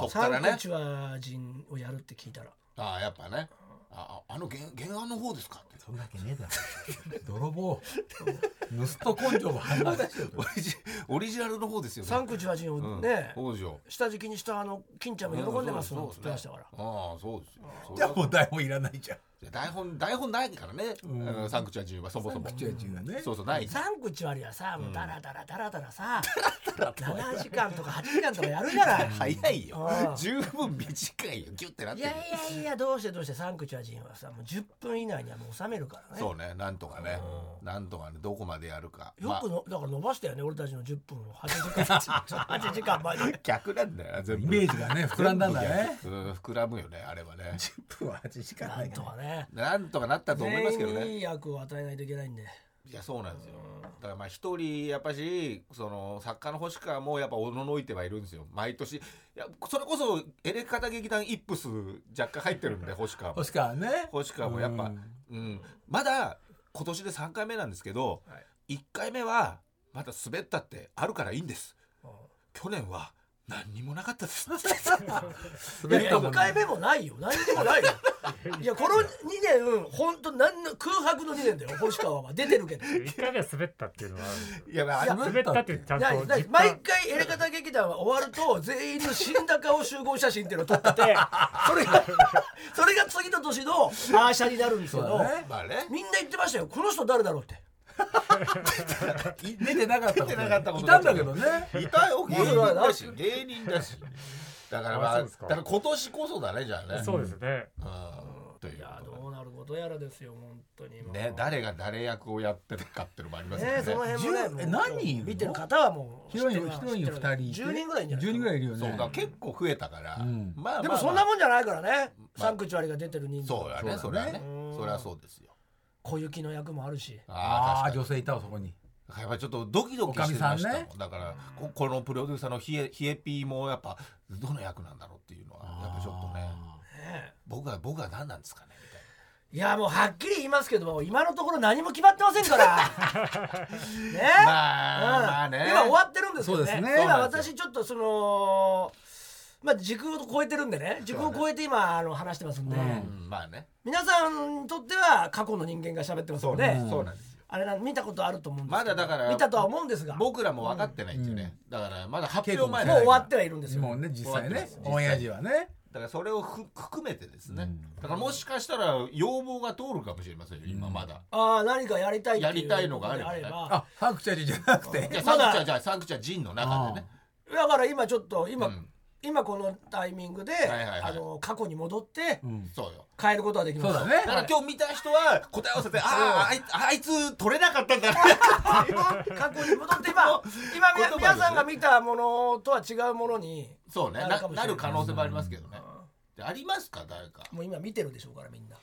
[SPEAKER 2] そ
[SPEAKER 3] あ
[SPEAKER 2] っ
[SPEAKER 1] サ
[SPEAKER 2] から
[SPEAKER 1] ンク
[SPEAKER 2] ね
[SPEAKER 1] チュア人をやるって聞いたら
[SPEAKER 2] ああやっぱねあああの原原案の方ですかって
[SPEAKER 3] そんなわけねえだろ泥棒盗っ人根性も反応だし
[SPEAKER 2] [laughs] オリジオリジナルの方ですよね
[SPEAKER 1] サンクチュア人
[SPEAKER 2] う
[SPEAKER 1] を
[SPEAKER 2] ん
[SPEAKER 1] ね、
[SPEAKER 2] そうですよ
[SPEAKER 1] 下敷きにしたあの金ちゃんも喜んでますなんつってましたから、
[SPEAKER 2] ああそうですよそ
[SPEAKER 3] じ
[SPEAKER 2] れ
[SPEAKER 3] ゃあ
[SPEAKER 2] は
[SPEAKER 3] もう台本いらないじゃん
[SPEAKER 2] いや台本台本ないからね、
[SPEAKER 3] ん
[SPEAKER 2] あのサンクチュア人はそもそも
[SPEAKER 3] 口は中がね
[SPEAKER 2] そうそうない
[SPEAKER 1] サンクチュアリはさ、もうダラダラダラダラさ、7時間とか8時間とかやる
[SPEAKER 2] [laughs]
[SPEAKER 1] じゃない。
[SPEAKER 2] 早いよ
[SPEAKER 1] ああ
[SPEAKER 2] 十分短いよギュッてなっ
[SPEAKER 1] い
[SPEAKER 2] てる
[SPEAKER 1] やいやいや、どうしてどうしてサンクチュア人はさ、もう10分以内にはもう収めるからね。
[SPEAKER 2] そうねなんとかね、なんとかねどこまでやるか
[SPEAKER 1] よくの、だから伸ばしたよね、俺たちの10分を。8時
[SPEAKER 2] [laughs]
[SPEAKER 1] 間、8時間まで。
[SPEAKER 2] 逆なんだよな全
[SPEAKER 3] イ
[SPEAKER 2] 部
[SPEAKER 3] メージがね膨らんだんだね
[SPEAKER 2] うん膨らむよねあれはね
[SPEAKER 3] 10分は8時間
[SPEAKER 1] なんとかね。
[SPEAKER 2] なんとかなったと思いますけど
[SPEAKER 1] 全員
[SPEAKER 2] ね
[SPEAKER 1] にいい役を与えないといけないんで。
[SPEAKER 2] いやそうなんですよだからまあ一人やっぱしその作家の星川もやっぱおののいてはいるんですよ毎年いやそれこそエレカタ劇団イップス若干入ってるんで星川も
[SPEAKER 3] 星川ね
[SPEAKER 2] [laughs] 星川もやっぱ、う
[SPEAKER 3] うんん
[SPEAKER 2] まだ今年で3回目なんですけど、
[SPEAKER 1] はい
[SPEAKER 2] 一1回目はまた滑ったってあるからいいんです去年は何にもなかったです
[SPEAKER 1] いや、
[SPEAKER 3] 滑ったも
[SPEAKER 1] 1
[SPEAKER 3] ん
[SPEAKER 1] 回
[SPEAKER 3] ね
[SPEAKER 1] 目もないよ。何にもないよ。いや、この2年、ほんと、なんの空白の2年だよ、星川は。出てるけど。
[SPEAKER 4] 一回目は滑ったっていうのはあるんですよ
[SPEAKER 2] いやまあ
[SPEAKER 1] いや
[SPEAKER 4] 滑ったってちゃんと
[SPEAKER 1] ないない
[SPEAKER 4] 実感
[SPEAKER 1] 毎回エレガタ劇団は終わると全員の死んだ顔集合写真っていうのを撮 [laughs] っててそれが [laughs] それが次の年のアーシャになるんですけ
[SPEAKER 3] そう
[SPEAKER 1] ど、
[SPEAKER 3] だね
[SPEAKER 2] まあね
[SPEAKER 1] みんな言ってましたよこの人誰だろうって
[SPEAKER 3] い出てなかった
[SPEAKER 2] 出てなかったこと
[SPEAKER 3] いたんだけどね
[SPEAKER 2] いたよ芸人だし
[SPEAKER 1] まあ
[SPEAKER 2] 芸人だしだからまあ
[SPEAKER 4] あそう
[SPEAKER 2] だ
[SPEAKER 4] ですか
[SPEAKER 2] から今年こそだねじゃあね
[SPEAKER 4] そうですね
[SPEAKER 2] うんという
[SPEAKER 1] いや
[SPEAKER 2] こと
[SPEAKER 1] どうなることやらですよ本当にもう
[SPEAKER 2] でね誰が誰役をやってるかっていうのもありますよ
[SPEAKER 1] ね
[SPEAKER 2] ね
[SPEAKER 1] その辺もね
[SPEAKER 3] 10
[SPEAKER 1] もう
[SPEAKER 3] え何人いるの
[SPEAKER 1] 見てる方はもう
[SPEAKER 3] ヒロイン
[SPEAKER 1] 知ってる
[SPEAKER 3] ヒロイン
[SPEAKER 1] 知ってる
[SPEAKER 3] 2人い
[SPEAKER 1] 10
[SPEAKER 3] て
[SPEAKER 1] 人ぐらいいるんじゃない
[SPEAKER 3] 10人ぐらいいるよね
[SPEAKER 2] そうだ結構増えたから、
[SPEAKER 3] うん
[SPEAKER 2] まあまあ
[SPEAKER 1] でもそんな
[SPEAKER 2] ま
[SPEAKER 1] もんじゃないからね
[SPEAKER 2] まあ
[SPEAKER 1] サンクチュアリが出てる人
[SPEAKER 2] あ
[SPEAKER 1] 数
[SPEAKER 2] そうやね
[SPEAKER 3] そ
[SPEAKER 2] そうり
[SPEAKER 3] だ
[SPEAKER 2] ゃ
[SPEAKER 3] ね
[SPEAKER 2] ね
[SPEAKER 1] うん
[SPEAKER 2] そりゃそうですよ
[SPEAKER 1] 小雪の役もあるし
[SPEAKER 3] あ
[SPEAKER 2] ー
[SPEAKER 3] あ
[SPEAKER 2] 確かに
[SPEAKER 3] 女性いたわそこに
[SPEAKER 2] やっぱりちょっとドキドキしてました
[SPEAKER 3] おか
[SPEAKER 2] も
[SPEAKER 3] みさ
[SPEAKER 2] ん
[SPEAKER 3] んね
[SPEAKER 2] だからここのプロデューサーのヒエヒエピーもやっぱどの役なんだろうっていうのはやっぱちょっとね
[SPEAKER 1] ね
[SPEAKER 2] 僕は僕は何なんですかねみたいない
[SPEAKER 1] やもうはっきり言いますけども今のところ何も決まってませんから
[SPEAKER 2] [laughs]
[SPEAKER 1] ね
[SPEAKER 2] まあ、まあね
[SPEAKER 1] 今終わってるんですけど
[SPEAKER 3] そ
[SPEAKER 1] ね
[SPEAKER 3] うですね
[SPEAKER 1] 今私ちょっとそのまあ時空を超えてるんでね時空を超えて今あの話してますんで、
[SPEAKER 3] うん
[SPEAKER 2] うんまあね
[SPEAKER 1] 皆さんにとっては過去の人間が喋ってますよね
[SPEAKER 3] ん
[SPEAKER 2] そうなんですよ
[SPEAKER 1] あれなん見たことあると思うんですけど
[SPEAKER 2] まだだから
[SPEAKER 1] 見たとは思うんですがも
[SPEAKER 2] 僕らも分かってないんですよね、だからまだ発表前
[SPEAKER 1] う
[SPEAKER 2] なんで
[SPEAKER 1] 終わってはいるんですよ
[SPEAKER 3] もうね実際ね
[SPEAKER 2] 終わってます
[SPEAKER 3] オンエア時はね
[SPEAKER 2] だからそれをふ含めてですね、
[SPEAKER 3] うん
[SPEAKER 2] だからもしかしたら要望が通るかもしれませんよ今まだ、
[SPEAKER 1] ああ何かやりたいってう
[SPEAKER 2] やりたいのがあればね
[SPEAKER 1] ことで
[SPEAKER 3] あサンクチャリじゃなくて
[SPEAKER 2] じゃ
[SPEAKER 1] ま
[SPEAKER 2] あサンク
[SPEAKER 1] だ
[SPEAKER 2] チャーじゃあサンクチャージンの中でね
[SPEAKER 1] だから今ちょっと今、
[SPEAKER 2] うん
[SPEAKER 1] 今このタイミングで、
[SPEAKER 2] いはいはい
[SPEAKER 1] あの過去に戻って
[SPEAKER 3] うん
[SPEAKER 2] そうよ
[SPEAKER 1] 変えることはできま
[SPEAKER 3] そ
[SPEAKER 1] す
[SPEAKER 3] うだ
[SPEAKER 2] だから
[SPEAKER 3] ね
[SPEAKER 2] 今日見た人は答え合わせて、あああいあいつ取れなかったんだな
[SPEAKER 1] 過去に戻って今今み
[SPEAKER 2] 言葉ですね
[SPEAKER 1] 皆さんが見たものとは違うものに
[SPEAKER 2] そうね
[SPEAKER 1] なる
[SPEAKER 2] な
[SPEAKER 1] かもしれな
[SPEAKER 2] ないる可能性もありますけどね、でありますか誰か
[SPEAKER 1] もう今見てるでしょうからみんな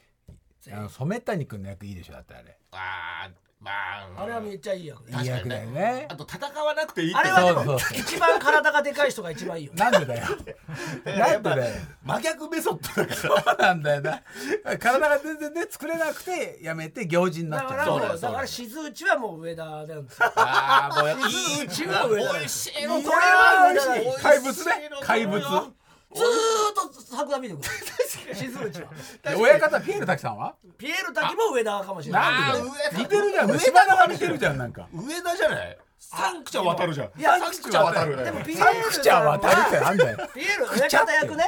[SPEAKER 1] 全
[SPEAKER 3] あ
[SPEAKER 1] 員
[SPEAKER 3] の染谷君の役いいでしょだってあれ
[SPEAKER 2] ああまあ
[SPEAKER 1] あれはめっちゃいい役で
[SPEAKER 2] 確か
[SPEAKER 3] いい
[SPEAKER 2] にね
[SPEAKER 3] 役だよね
[SPEAKER 2] あと戦わなくていいって
[SPEAKER 1] あれはで
[SPEAKER 3] そ
[SPEAKER 1] も
[SPEAKER 3] うそう
[SPEAKER 1] 一番体がでかい人が一番いいよね
[SPEAKER 3] なんでだよなんでだよ
[SPEAKER 2] 真逆メソッドだ
[SPEAKER 3] [laughs]
[SPEAKER 2] から
[SPEAKER 3] そうなんだよな体が全然ね作れなくてやめて行事にな
[SPEAKER 1] だ
[SPEAKER 3] っち
[SPEAKER 1] から
[SPEAKER 3] ゃ
[SPEAKER 1] も
[SPEAKER 3] う
[SPEAKER 1] う
[SPEAKER 2] そうだ
[SPEAKER 1] だ
[SPEAKER 2] よそうだよ
[SPEAKER 1] から静打ちはもう上田なんですよ
[SPEAKER 2] ああもうやっぱい
[SPEAKER 1] いいう
[SPEAKER 2] い
[SPEAKER 1] ち
[SPEAKER 2] ち
[SPEAKER 1] は上だ
[SPEAKER 2] 美味しいの
[SPEAKER 1] いやー
[SPEAKER 2] これは美味
[SPEAKER 1] 美味
[SPEAKER 2] し
[SPEAKER 1] しい
[SPEAKER 2] い
[SPEAKER 3] 怪物ね怪物
[SPEAKER 1] ずーっと桜見てくる静打ちは
[SPEAKER 3] で親方ピエール滝さんは
[SPEAKER 1] ピエール滝も上田かもしれない
[SPEAKER 3] なんでだ
[SPEAKER 2] あ
[SPEAKER 3] よ
[SPEAKER 2] ー上田
[SPEAKER 3] 似てるじゃん島田が似てるじゃんなんか
[SPEAKER 2] 上田じゃないサンクチャー渡るじゃん
[SPEAKER 1] いや
[SPEAKER 2] サンクチャー渡るね
[SPEAKER 1] でもピエール
[SPEAKER 3] サンクチャー渡るってなんだよ
[SPEAKER 1] ピエール親方役ね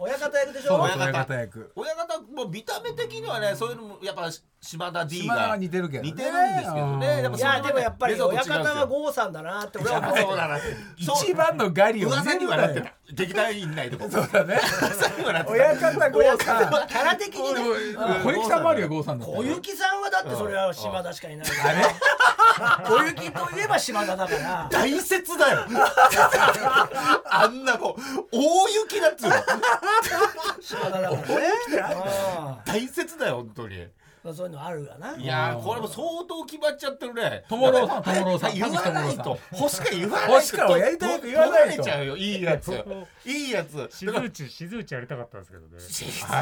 [SPEAKER 1] 親方役でし
[SPEAKER 3] そ
[SPEAKER 1] ょ
[SPEAKER 3] う
[SPEAKER 2] 親方
[SPEAKER 3] 親方役
[SPEAKER 2] 親方も見た目的にはねそういうのもやっぱ島田 D
[SPEAKER 3] 島田は
[SPEAKER 2] が
[SPEAKER 3] 似てるけどね
[SPEAKER 2] 似てるんですけど
[SPEAKER 3] うん
[SPEAKER 2] ねやっぱ
[SPEAKER 1] い
[SPEAKER 2] それは
[SPEAKER 1] や
[SPEAKER 2] ね
[SPEAKER 1] でもやっぱり
[SPEAKER 2] レゾと違う
[SPEAKER 1] 親
[SPEAKER 2] んですよ
[SPEAKER 1] 方は郷さんだなって俺は思う
[SPEAKER 2] そうだな
[SPEAKER 3] 一番のガリを
[SPEAKER 2] 噂にはなって
[SPEAKER 3] る
[SPEAKER 2] た劇団員内とか
[SPEAKER 3] そうだね
[SPEAKER 2] 噂にはなってた
[SPEAKER 3] 親方郷さん
[SPEAKER 1] キャラ的にね
[SPEAKER 3] 小雪さんもあるよ郷さんだったら
[SPEAKER 1] 小雪さんはだってそれは島田しかいないからね小雪といえば島田だから
[SPEAKER 2] 大雪だ
[SPEAKER 3] [laughs]
[SPEAKER 2] よあんなもう大雪だっつうの
[SPEAKER 1] 島田だからねあ
[SPEAKER 2] 大雪だよ本当に
[SPEAKER 1] あそういうのあるわない
[SPEAKER 2] やーこれも相当決まっちゃってるね
[SPEAKER 3] 友郎さん友郎さん
[SPEAKER 2] 言わない
[SPEAKER 3] 田口友郎
[SPEAKER 2] と星か言わないと
[SPEAKER 3] 星川をやりたいと言わな
[SPEAKER 2] 取ら
[SPEAKER 3] いと
[SPEAKER 2] れちゃうよいいやつ
[SPEAKER 4] そこ
[SPEAKER 2] いいやつ
[SPEAKER 4] 静打ち静打ちやりたかったんですけどね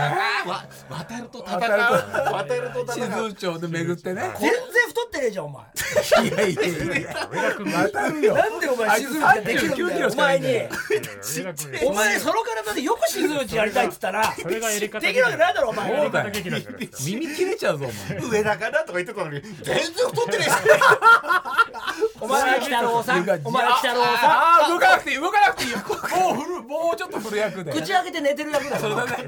[SPEAKER 2] わ渡ると戦う渡ると
[SPEAKER 3] 静
[SPEAKER 2] 戦う
[SPEAKER 3] 内町で巡ってね
[SPEAKER 1] 全然太ってねえじゃんお前
[SPEAKER 3] いやいやいやいや
[SPEAKER 4] 上田君も
[SPEAKER 3] 当たるよ
[SPEAKER 1] なんでお前静打ちできるんだよお前に
[SPEAKER 4] 上田君
[SPEAKER 1] お前その体でよく静打ちやりたいって言ったら
[SPEAKER 4] それがやり方
[SPEAKER 1] できるわけないだろお前
[SPEAKER 3] そうだよ
[SPEAKER 4] 劇団じゃないですか
[SPEAKER 3] 耳切れちゃうぞお前
[SPEAKER 2] 上田かなとか言ってたのに全然太ってね
[SPEAKER 1] お前は北郎さんお前は北郎さん
[SPEAKER 3] ああ動かなくていい動かなくていいよもう振るもうちょっと振る役で
[SPEAKER 1] 口開けて寝てる役だろ
[SPEAKER 4] また
[SPEAKER 1] 見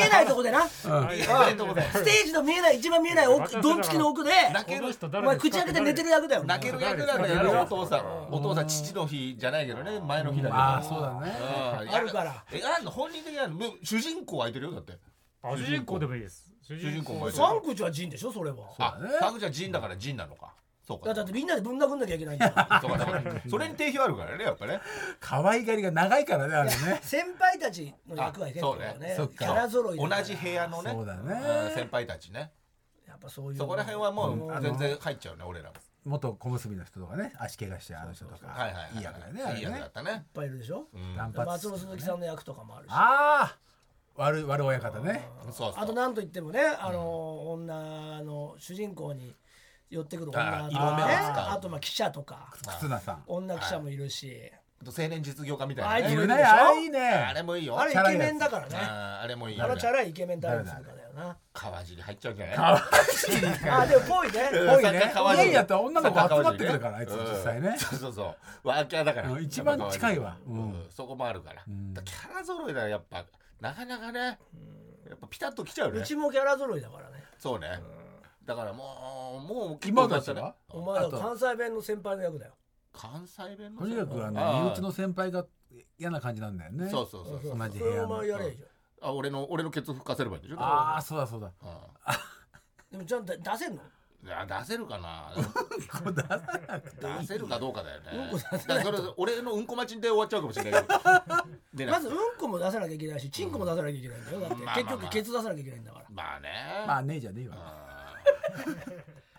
[SPEAKER 1] えないとこでな
[SPEAKER 3] うん
[SPEAKER 2] え
[SPEAKER 1] あ
[SPEAKER 2] よとこで
[SPEAKER 1] ステージの見えない一番見えない奥どんつきの奥で
[SPEAKER 2] 泣ける
[SPEAKER 1] お前口開けて寝てる役だよ
[SPEAKER 2] 泣ける役なんだよお父さんお父さん父の日じゃないけどね前の日だけど
[SPEAKER 3] ああそうだね
[SPEAKER 2] あ
[SPEAKER 1] あるから
[SPEAKER 2] えあんの本人的にあるのもう主人公空いてるよだって
[SPEAKER 4] あ主人公でもいいです主
[SPEAKER 2] 人公もいる
[SPEAKER 1] 三口は陣でしょそれは
[SPEAKER 2] あ
[SPEAKER 3] ね
[SPEAKER 2] サグちゃん陣だから陣なのかそう
[SPEAKER 1] だ
[SPEAKER 2] か
[SPEAKER 1] ってみんなでぶん殴んなきゃいけないんだ
[SPEAKER 2] [laughs]
[SPEAKER 1] から
[SPEAKER 2] そうかそうかそれに定評あるからねやっぱね
[SPEAKER 3] 可愛がりが長いからねあれね
[SPEAKER 1] 先輩たちの役は結構
[SPEAKER 2] あそう
[SPEAKER 1] ね
[SPEAKER 2] ね
[SPEAKER 3] そっ
[SPEAKER 1] キ
[SPEAKER 3] か
[SPEAKER 1] ャラ揃い
[SPEAKER 2] 同
[SPEAKER 1] だから
[SPEAKER 2] じ部屋のね
[SPEAKER 3] そうだね
[SPEAKER 2] あー先輩たちね
[SPEAKER 1] やっぱそういう
[SPEAKER 2] そこら辺はも
[SPEAKER 1] ん
[SPEAKER 2] う全然入っちゃうね俺らも
[SPEAKER 3] 元小結びの人とかね足怪我してあの人とか
[SPEAKER 2] はいはいはい
[SPEAKER 3] い役だよねあ
[SPEAKER 2] いい
[SPEAKER 3] れ
[SPEAKER 2] 役だ
[SPEAKER 3] ね
[SPEAKER 2] ったね
[SPEAKER 1] いっぱいいるでしょ
[SPEAKER 3] 乱発
[SPEAKER 1] 松尾鈴木さんの役とかもあるし
[SPEAKER 3] ああ悪い悪い親方ね
[SPEAKER 2] そうそう
[SPEAKER 1] あとなんといってもねあの女の主人公に寄ってくる女
[SPEAKER 2] あ
[SPEAKER 1] と
[SPEAKER 2] 色
[SPEAKER 1] か
[SPEAKER 2] 目を
[SPEAKER 1] ね
[SPEAKER 2] 使う
[SPEAKER 1] あとまあ記者とか
[SPEAKER 3] 忽那さん
[SPEAKER 1] 女記者もいるし
[SPEAKER 2] あと青年実業家み
[SPEAKER 1] あ
[SPEAKER 2] た
[SPEAKER 1] い
[SPEAKER 2] い
[SPEAKER 1] つ
[SPEAKER 2] な
[SPEAKER 3] いう
[SPEAKER 2] ね
[SPEAKER 1] も
[SPEAKER 3] るね
[SPEAKER 1] でしょ
[SPEAKER 3] あれいい
[SPEAKER 1] あ
[SPEAKER 2] あれもいいよ
[SPEAKER 3] ね
[SPEAKER 1] れイケメンだからね
[SPEAKER 2] あーあれもいい
[SPEAKER 1] あ
[SPEAKER 2] よ
[SPEAKER 1] のチャラいイケメン誰にするかだよな
[SPEAKER 2] 川尻入っちゃうんじゃない
[SPEAKER 1] あでもぽいね
[SPEAKER 3] 多
[SPEAKER 2] サッ
[SPEAKER 3] い
[SPEAKER 2] カ
[SPEAKER 3] ね
[SPEAKER 2] ー川尻
[SPEAKER 3] 家にやったら女の子
[SPEAKER 2] サッカー
[SPEAKER 3] 集ま
[SPEAKER 2] 川
[SPEAKER 3] っ
[SPEAKER 2] 尻
[SPEAKER 3] てくるからあいつ
[SPEAKER 2] うん
[SPEAKER 3] 実際ね
[SPEAKER 2] そうそうそうワーキャーだから、
[SPEAKER 3] うん一番近い
[SPEAKER 2] や
[SPEAKER 3] わ
[SPEAKER 2] っぱ川尻うんそこもあるから,、キャラ揃いだよやっぱなかなかねやっぱピタッときちゃう
[SPEAKER 1] う
[SPEAKER 2] ね
[SPEAKER 1] ちもキャラ揃いだからね
[SPEAKER 2] そうね、だからもうもう結
[SPEAKER 3] 今
[SPEAKER 2] 構経
[SPEAKER 3] たち
[SPEAKER 2] ったね
[SPEAKER 3] は
[SPEAKER 1] お前
[SPEAKER 3] あ
[SPEAKER 1] は
[SPEAKER 3] と
[SPEAKER 1] 関西弁の先輩の役だよ
[SPEAKER 2] 関西弁の
[SPEAKER 3] とにかくあ
[SPEAKER 2] あ
[SPEAKER 3] の
[SPEAKER 2] ー
[SPEAKER 3] 身内の先輩が嫌な感じなんだよね
[SPEAKER 2] そうそうそうそう
[SPEAKER 3] 同じ部
[SPEAKER 1] それ
[SPEAKER 3] 屋
[SPEAKER 1] お
[SPEAKER 3] の
[SPEAKER 1] 前やれじゃん
[SPEAKER 2] あ俺の俺のケツ吹かせればいいんでしょ
[SPEAKER 3] ああそうだそうだ
[SPEAKER 2] あ
[SPEAKER 1] でもちゃんと出せんの
[SPEAKER 2] 出せるかな
[SPEAKER 3] これ出さなくていい
[SPEAKER 2] 出せるかどうかだよね
[SPEAKER 1] うんこ出せ
[SPEAKER 2] だ
[SPEAKER 1] な
[SPEAKER 2] か
[SPEAKER 1] いと
[SPEAKER 2] らそれ俺のうんこ待ちで終わっちゃうかもしれないけど出な
[SPEAKER 1] ま
[SPEAKER 2] い
[SPEAKER 1] ずうんこも出さなきゃいけないしチンコも出さなきゃいけないんだよだって
[SPEAKER 2] まあまあ
[SPEAKER 1] 結
[SPEAKER 2] まあ
[SPEAKER 1] 局ケツ出さなきゃいけないんだから
[SPEAKER 2] まあね
[SPEAKER 3] まあねえじゃねえ
[SPEAKER 2] うん
[SPEAKER 3] わ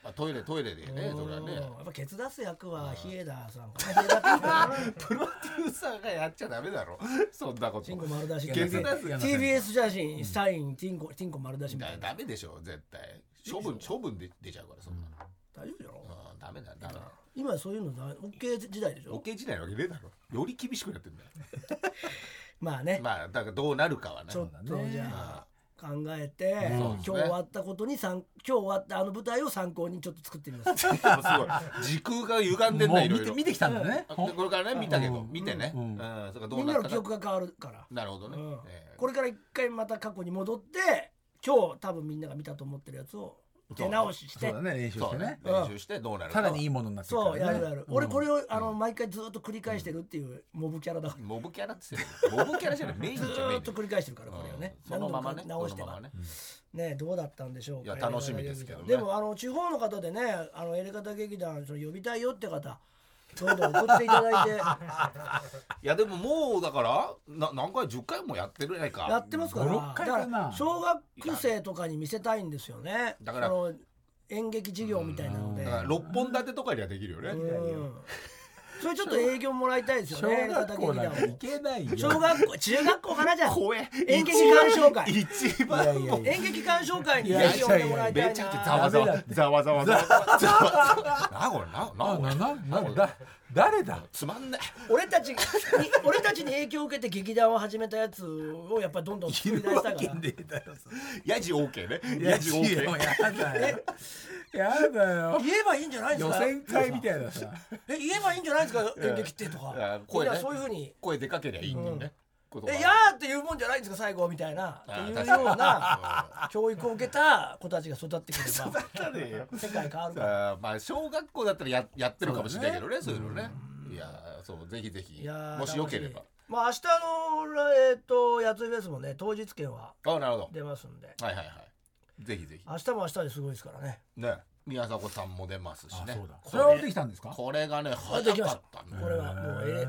[SPEAKER 2] まあトイレトイレでねそれは
[SPEAKER 1] うんや
[SPEAKER 2] ね
[SPEAKER 1] っぱケツ出す役はヒエダさんかなヒエダっていうのかな
[SPEAKER 2] プロデューサーがやっちゃダメだろそんなこと
[SPEAKER 1] チンコ丸出し
[SPEAKER 2] ケツ出す
[SPEAKER 1] TBS 写真サインチンコチンコ丸出しみた
[SPEAKER 2] だ
[SPEAKER 1] いな
[SPEAKER 2] ダメでしょ絶対処分処分で出ちゃうからそんな
[SPEAKER 1] 大丈夫だろ
[SPEAKER 2] の、うん、ダメだダメだ
[SPEAKER 1] 今そういうのだ OK 時代でし
[SPEAKER 2] オ
[SPEAKER 1] ょ
[SPEAKER 2] ッケー時代なわけねえだろより厳しくなってんだよ
[SPEAKER 1] まあね
[SPEAKER 2] まあだからどうなるかはね
[SPEAKER 1] ちょっとじゃあ考えて、
[SPEAKER 2] そ
[SPEAKER 1] 今
[SPEAKER 2] うで
[SPEAKER 1] 日
[SPEAKER 2] すね
[SPEAKER 1] 終わったことに参今日終わったあの舞台を参考にちょっと作ってみます。
[SPEAKER 2] で
[SPEAKER 1] [laughs]
[SPEAKER 2] もすごい時空が歪んでん
[SPEAKER 3] も
[SPEAKER 2] だいうろい
[SPEAKER 3] 見て
[SPEAKER 2] ろ
[SPEAKER 3] 見てきたんだね
[SPEAKER 2] あでこれからね見たけど
[SPEAKER 3] うん
[SPEAKER 2] 見てねう
[SPEAKER 3] うんん
[SPEAKER 2] それがど
[SPEAKER 1] み
[SPEAKER 2] うんな
[SPEAKER 1] なの
[SPEAKER 2] るか
[SPEAKER 1] 記憶が変わるから。
[SPEAKER 2] なるほどね
[SPEAKER 1] うん
[SPEAKER 2] えー
[SPEAKER 1] これから一回また過去に戻って今日多分みんなが見たと思ってるやつを手直しし
[SPEAKER 3] そ
[SPEAKER 1] て
[SPEAKER 3] うだね練習し
[SPEAKER 2] そ
[SPEAKER 3] て
[SPEAKER 2] うね
[SPEAKER 3] ね
[SPEAKER 1] うん
[SPEAKER 2] 練習してどうなるか
[SPEAKER 3] さ
[SPEAKER 2] は
[SPEAKER 3] らにいいものになってるから
[SPEAKER 1] そう,、
[SPEAKER 3] ね
[SPEAKER 1] やるやる、俺これ
[SPEAKER 3] を
[SPEAKER 1] をあの毎回ずっと繰り返してるっていうモブキャラだから、
[SPEAKER 2] モブキャラっつってんのモブキャラじゃないメインじ
[SPEAKER 1] ず
[SPEAKER 2] ゃメ
[SPEAKER 1] ー
[SPEAKER 2] イン
[SPEAKER 1] っと繰り返してるからこれをね、
[SPEAKER 2] うんそのままね
[SPEAKER 1] 何度も直して
[SPEAKER 2] そのま
[SPEAKER 1] は
[SPEAKER 2] まね
[SPEAKER 1] ねどうだったんでしょうか
[SPEAKER 2] いや楽しみですけどね
[SPEAKER 1] でもあの地方の方でねあのエレカタ劇団その呼びたいよって方どんどん送っていただいて
[SPEAKER 2] いやでももうだからな何回10回もやってるやないか
[SPEAKER 1] やってますから
[SPEAKER 3] 五六回かな
[SPEAKER 1] だから小学生とかに見せたいんですよね
[SPEAKER 2] だから
[SPEAKER 1] その演劇授業みたいなので
[SPEAKER 2] だから六本立てとかにはできるよね、
[SPEAKER 1] うんそれちょっと営業もらいたいですよ
[SPEAKER 3] 小
[SPEAKER 1] ねエレカ
[SPEAKER 3] 学
[SPEAKER 1] タ
[SPEAKER 3] 校
[SPEAKER 1] 劇
[SPEAKER 3] な
[SPEAKER 1] 団
[SPEAKER 3] ん
[SPEAKER 1] も
[SPEAKER 3] か行けないよ
[SPEAKER 1] 小学校中学校からじゃん
[SPEAKER 2] 怖え
[SPEAKER 1] 演劇鑑賞会
[SPEAKER 2] 一番の
[SPEAKER 3] いやいやいや
[SPEAKER 1] 演劇鑑賞会に
[SPEAKER 3] い
[SPEAKER 1] ぜ
[SPEAKER 3] や
[SPEAKER 1] ひ呼んでもらいたいな
[SPEAKER 2] めちゃくちゃざわざわざわざわざわざわなこれなな
[SPEAKER 3] [laughs] あ
[SPEAKER 2] これ
[SPEAKER 3] なななだ誰だ
[SPEAKER 2] つまん [laughs] ない
[SPEAKER 1] 俺たちに俺たちに影響を受けて劇団を始めたやつをやっぱりどんどん
[SPEAKER 3] い
[SPEAKER 1] 作り出
[SPEAKER 3] る
[SPEAKER 1] し
[SPEAKER 3] わ
[SPEAKER 1] たか
[SPEAKER 3] け
[SPEAKER 1] ら
[SPEAKER 3] ねえだろ
[SPEAKER 2] ヤジ OK ねヤ
[SPEAKER 3] や
[SPEAKER 2] ジ
[SPEAKER 3] じ
[SPEAKER 2] OK
[SPEAKER 3] よやだよやだよ
[SPEAKER 1] 言えばいいんじゃないです
[SPEAKER 3] 予
[SPEAKER 1] か
[SPEAKER 3] 選会みたいなさ
[SPEAKER 1] え言えばいいんじゃないですか演劇ってと
[SPEAKER 2] いや
[SPEAKER 1] か
[SPEAKER 2] 声
[SPEAKER 1] み
[SPEAKER 2] ね
[SPEAKER 1] んなそういうふうに
[SPEAKER 2] 声でかけりゃいいのにね、
[SPEAKER 1] 「
[SPEAKER 2] 言
[SPEAKER 1] え
[SPEAKER 2] 葉
[SPEAKER 1] やー」って言うもんじゃないんですか最後みたいなって
[SPEAKER 2] あ
[SPEAKER 1] いう
[SPEAKER 2] 確かに
[SPEAKER 1] ような教育を受けた子たちが育ってくれば
[SPEAKER 2] だ [laughs] ねよ
[SPEAKER 1] 世界変わるから
[SPEAKER 2] さあまあ小学校だったらややってるかもしれないけどねそういうのねいやーそうぜひぜひ
[SPEAKER 1] いやー
[SPEAKER 2] もしよければ
[SPEAKER 1] 楽しみまあ明日のえっとやついフェスもね当日券は
[SPEAKER 2] あなるほ
[SPEAKER 1] 出ますんで
[SPEAKER 2] どはいはいはいぜひぜひ
[SPEAKER 1] 明日も明日ですごいですからね
[SPEAKER 2] ね宮迫さんも出ますしね
[SPEAKER 3] それはできたんですか
[SPEAKER 2] これがね
[SPEAKER 1] あ
[SPEAKER 2] 早
[SPEAKER 1] できま
[SPEAKER 2] か
[SPEAKER 1] し
[SPEAKER 2] ったたね
[SPEAKER 1] これはもうえ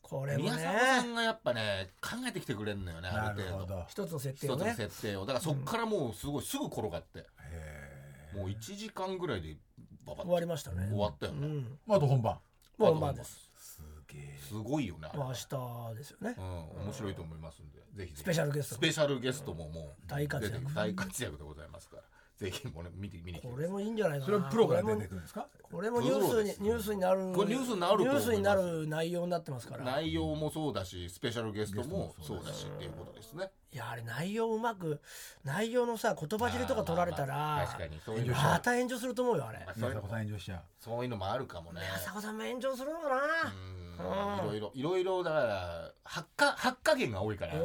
[SPEAKER 1] これも
[SPEAKER 2] 宮迫
[SPEAKER 1] ね
[SPEAKER 2] さんがやっぱね考えてきてくれんのよねあ
[SPEAKER 3] な
[SPEAKER 2] る
[SPEAKER 3] る
[SPEAKER 2] 程度
[SPEAKER 3] ほど
[SPEAKER 1] 一つの設定
[SPEAKER 2] 一
[SPEAKER 1] を
[SPEAKER 2] つの
[SPEAKER 1] ね
[SPEAKER 2] 設定をだからそっからもうすごいすぐ転がって
[SPEAKER 3] へ
[SPEAKER 2] もう1時間ぐらいでババ
[SPEAKER 1] 終わ
[SPEAKER 2] ッ
[SPEAKER 1] りましたね
[SPEAKER 2] 終わったよ
[SPEAKER 1] う
[SPEAKER 2] ね
[SPEAKER 1] ん
[SPEAKER 3] ーまああと本番
[SPEAKER 1] もうまあです
[SPEAKER 3] すげえ
[SPEAKER 2] すごいよねあれ
[SPEAKER 1] まあ明日ですよね
[SPEAKER 2] うん面白いと思いますんでぜひぜひ
[SPEAKER 1] スペシャルゲスト
[SPEAKER 2] スペシャルゲストももう
[SPEAKER 1] 大活躍
[SPEAKER 2] 出てく大活躍でございますからぜひもうね見て見に来て
[SPEAKER 1] こ
[SPEAKER 2] くだ
[SPEAKER 1] れ
[SPEAKER 2] さい
[SPEAKER 1] もいいんじゃないかな
[SPEAKER 3] それはプロから
[SPEAKER 1] これ
[SPEAKER 3] 出
[SPEAKER 1] も
[SPEAKER 3] てくるんですか
[SPEAKER 1] これもニュ
[SPEAKER 2] プロ
[SPEAKER 1] ー
[SPEAKER 2] で
[SPEAKER 1] ス
[SPEAKER 2] す
[SPEAKER 1] にニュースになる
[SPEAKER 2] これニュースになると
[SPEAKER 1] ニ
[SPEAKER 2] 思
[SPEAKER 1] ュ
[SPEAKER 2] いま
[SPEAKER 1] ー
[SPEAKER 2] す
[SPEAKER 1] スになる内容になってますから
[SPEAKER 2] 内容もそうだしスペシャルゲストもそうだしっていうことですね
[SPEAKER 1] いやあれ内容うまく内容のさ言葉尻とか取られたら、
[SPEAKER 2] まあまあ確かにそういうの
[SPEAKER 1] また炎上すると思うよあれ
[SPEAKER 2] まあそう
[SPEAKER 3] 宮
[SPEAKER 2] いうのも
[SPEAKER 3] 迫さん炎上しちゃ
[SPEAKER 2] そういうのもあるかもね
[SPEAKER 1] 朝子さんも炎上するのかな、
[SPEAKER 2] うんいろいろいろいろだから発火発火源が多いから
[SPEAKER 1] うん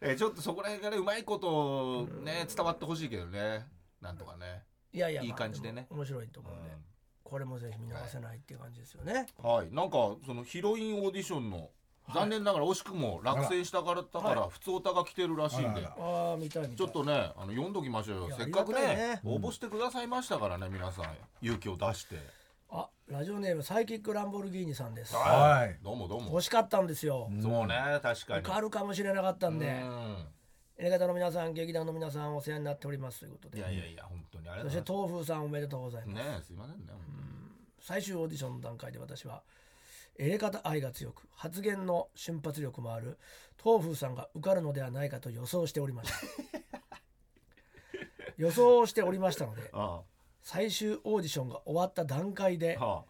[SPEAKER 2] えーちょっとそこら辺がねうまいことね伝わってほしいけどねなんとかね
[SPEAKER 1] [laughs] いやいや
[SPEAKER 2] いい感じでね
[SPEAKER 1] まあも面白いと思うんで、これもぜひ見逃せないっていう感じですよね、
[SPEAKER 2] はいなんかそのヒロインオーディションの残念ながら惜しくも落選したからだから普通歌が来てるらしいん
[SPEAKER 3] あ
[SPEAKER 2] で
[SPEAKER 3] らら
[SPEAKER 1] ああ見たい見たい
[SPEAKER 2] ちょっとねあの読んどきましょうよ
[SPEAKER 1] いや
[SPEAKER 2] せっかくね
[SPEAKER 1] ありがたいね
[SPEAKER 2] 応募してくださいましたからね皆さん勇気を出して
[SPEAKER 1] あラジオネームサイキックランボルギーニさんです
[SPEAKER 3] あはい
[SPEAKER 2] どうもどうも
[SPEAKER 1] 惜しかったんですよ、
[SPEAKER 2] そうね確かに
[SPEAKER 1] 受かるかもしれなかったんで、
[SPEAKER 2] うん
[SPEAKER 1] エレガタの皆さん劇団の皆さんお世話になっておりますということ
[SPEAKER 2] い
[SPEAKER 1] で
[SPEAKER 2] やいやいや本当にあれ
[SPEAKER 1] そして東風さんおめでとうございます、
[SPEAKER 2] ねえすいませんね本当に
[SPEAKER 1] 最終オーディションの段階で私はエレカタ愛が強く発言の瞬発力もある東風さんが受かるのではないかと予想しておりま
[SPEAKER 2] [laughs]
[SPEAKER 1] した予想しておりましたので
[SPEAKER 2] あ
[SPEAKER 1] 最終オーディションが終わった段階で
[SPEAKER 2] あはあ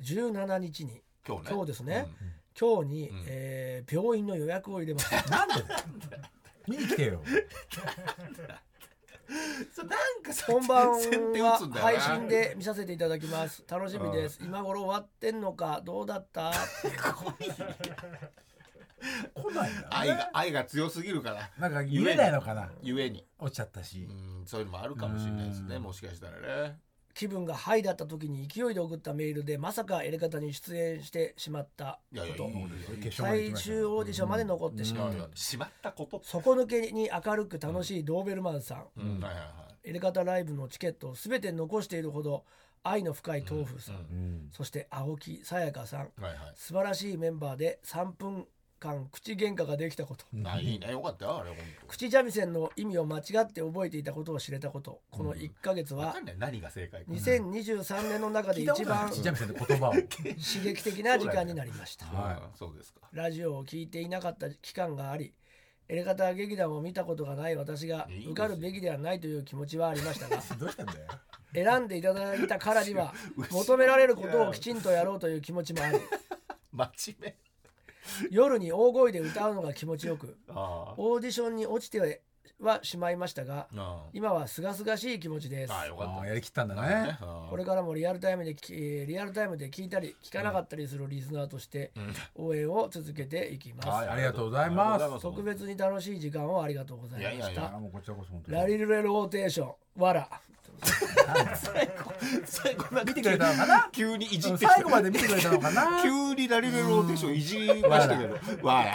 [SPEAKER 1] 17日に
[SPEAKER 2] 今日ね
[SPEAKER 1] 今日ですね、
[SPEAKER 2] うん
[SPEAKER 1] 今日に、
[SPEAKER 2] ん
[SPEAKER 1] えー病院の予約を入れ
[SPEAKER 2] [laughs]
[SPEAKER 1] ました
[SPEAKER 3] うなんで見に来てよ
[SPEAKER 2] そうなんかさ
[SPEAKER 1] 本番
[SPEAKER 2] 先手打
[SPEAKER 1] は
[SPEAKER 2] つんだよな
[SPEAKER 1] 配信で見させていただきます楽しみです今頃終わってんのかどうだった
[SPEAKER 3] 来ないんだ
[SPEAKER 2] 愛が愛が強すぎるから
[SPEAKER 3] なんか言えないのかな
[SPEAKER 2] ゆえに
[SPEAKER 3] 落ちちゃったし
[SPEAKER 2] うんそういうのもあるかもしれないですね
[SPEAKER 3] うん
[SPEAKER 2] もしかしたらね
[SPEAKER 1] 気分がハイだった時に勢いで送ったメールでまさかエレカタに出演してしまった
[SPEAKER 2] いやいやいいよ
[SPEAKER 3] 決勝ま
[SPEAKER 1] 最
[SPEAKER 3] で行きました
[SPEAKER 1] 終オーディションまで残ってしまう、
[SPEAKER 2] いやしまったこと
[SPEAKER 1] 底抜けに明るく楽しいドーベルマンさん、
[SPEAKER 2] うんはいはいは
[SPEAKER 1] エレカタライブのチケットを全て残しているほど愛の深い豆腐さん、
[SPEAKER 3] うん
[SPEAKER 1] そして青木さやかさん
[SPEAKER 2] いはいはい
[SPEAKER 1] 素晴らしいメンバーで3分間口喧嘩ができたこと
[SPEAKER 2] あいいねよかったよあれ本
[SPEAKER 1] 口三味線の意味を間違って覚えていたことを知れたことこの1ヶ月
[SPEAKER 2] 当わ
[SPEAKER 1] は
[SPEAKER 2] かんない何が正解か
[SPEAKER 1] 2023年の中で一番
[SPEAKER 3] ちっちゃい店の言葉を
[SPEAKER 1] 刺激的な時間になりました
[SPEAKER 2] はいそうですか
[SPEAKER 1] ラジオを聞いていなかった期間がありエレカタ劇団を見たことがない私が
[SPEAKER 2] いいですよ
[SPEAKER 1] 受かるべきではないという気持ちはありました
[SPEAKER 2] [laughs]
[SPEAKER 1] が
[SPEAKER 3] どうしたんだよ
[SPEAKER 1] 選んでいただいたからには求められることをきちんとやろうという気持ちも
[SPEAKER 2] [laughs]
[SPEAKER 1] あり
[SPEAKER 2] 真面目
[SPEAKER 1] 夜に大声で歌うのが気持ちよく
[SPEAKER 2] あ
[SPEAKER 1] オーディションに落ちてはしまいましたが
[SPEAKER 2] ーあ
[SPEAKER 1] 今は清々しい気持ちです
[SPEAKER 2] ーあーよか
[SPEAKER 3] あ
[SPEAKER 2] っ
[SPEAKER 3] ーやりきったんだ
[SPEAKER 2] たね
[SPEAKER 3] ね
[SPEAKER 2] あー
[SPEAKER 1] これからもリアルタイムできえーリアルタイムで聞いたり聞かなかったりするリスナーとして応援を続けていきま
[SPEAKER 3] は
[SPEAKER 1] す
[SPEAKER 3] いありがとうございます
[SPEAKER 2] ありがとうご
[SPEAKER 1] 特
[SPEAKER 2] ざい
[SPEAKER 1] 別に楽しい時間をありがとうございました
[SPEAKER 2] いやいやいや
[SPEAKER 3] あーもうこちらこそ本当に
[SPEAKER 1] ラリルレローテーションわら
[SPEAKER 2] ます最後なんか
[SPEAKER 3] 見てくれたのかな
[SPEAKER 2] 急にいじってきた
[SPEAKER 3] 最後まで見てくれたのか
[SPEAKER 2] [laughs]
[SPEAKER 3] な
[SPEAKER 2] 急にラリルローテーションいじりましたけどわら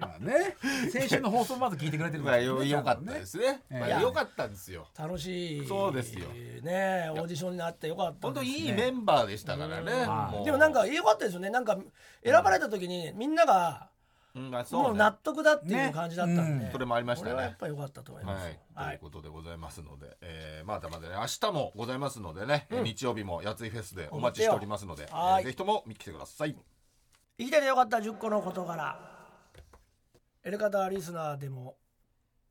[SPEAKER 3] まあね先週の放送まず聞いてくれてる
[SPEAKER 2] まあよよかったですすね
[SPEAKER 3] ええ
[SPEAKER 2] まあよかったんですよ
[SPEAKER 1] 楽しい
[SPEAKER 2] そうですよ
[SPEAKER 1] ねオーディションになってよかった
[SPEAKER 2] 本当
[SPEAKER 1] です
[SPEAKER 2] いいメンバーでしたからね
[SPEAKER 3] はい
[SPEAKER 2] もう
[SPEAKER 1] でもなんかよかったですよねなんか選ばれた時にみんなが
[SPEAKER 2] うんまあそ
[SPEAKER 1] も
[SPEAKER 2] う
[SPEAKER 1] う
[SPEAKER 2] ね
[SPEAKER 1] 納得だっていう感じだったん
[SPEAKER 3] ね
[SPEAKER 1] で
[SPEAKER 3] うん
[SPEAKER 2] それもありまし
[SPEAKER 1] こ
[SPEAKER 2] た
[SPEAKER 1] れはや
[SPEAKER 2] ね
[SPEAKER 1] っぱ良かったと思いま
[SPEAKER 2] は
[SPEAKER 1] す
[SPEAKER 2] い、
[SPEAKER 1] はい
[SPEAKER 2] ということでございますので、えー、まだまだね明日もございますのでね、えー日曜日もやついフェスでお待ちしておりますので、え
[SPEAKER 1] は
[SPEAKER 2] ー
[SPEAKER 1] い
[SPEAKER 2] ぜひとも見来てください
[SPEAKER 1] 生きててよかった10個の事柄エレカタリスナーでも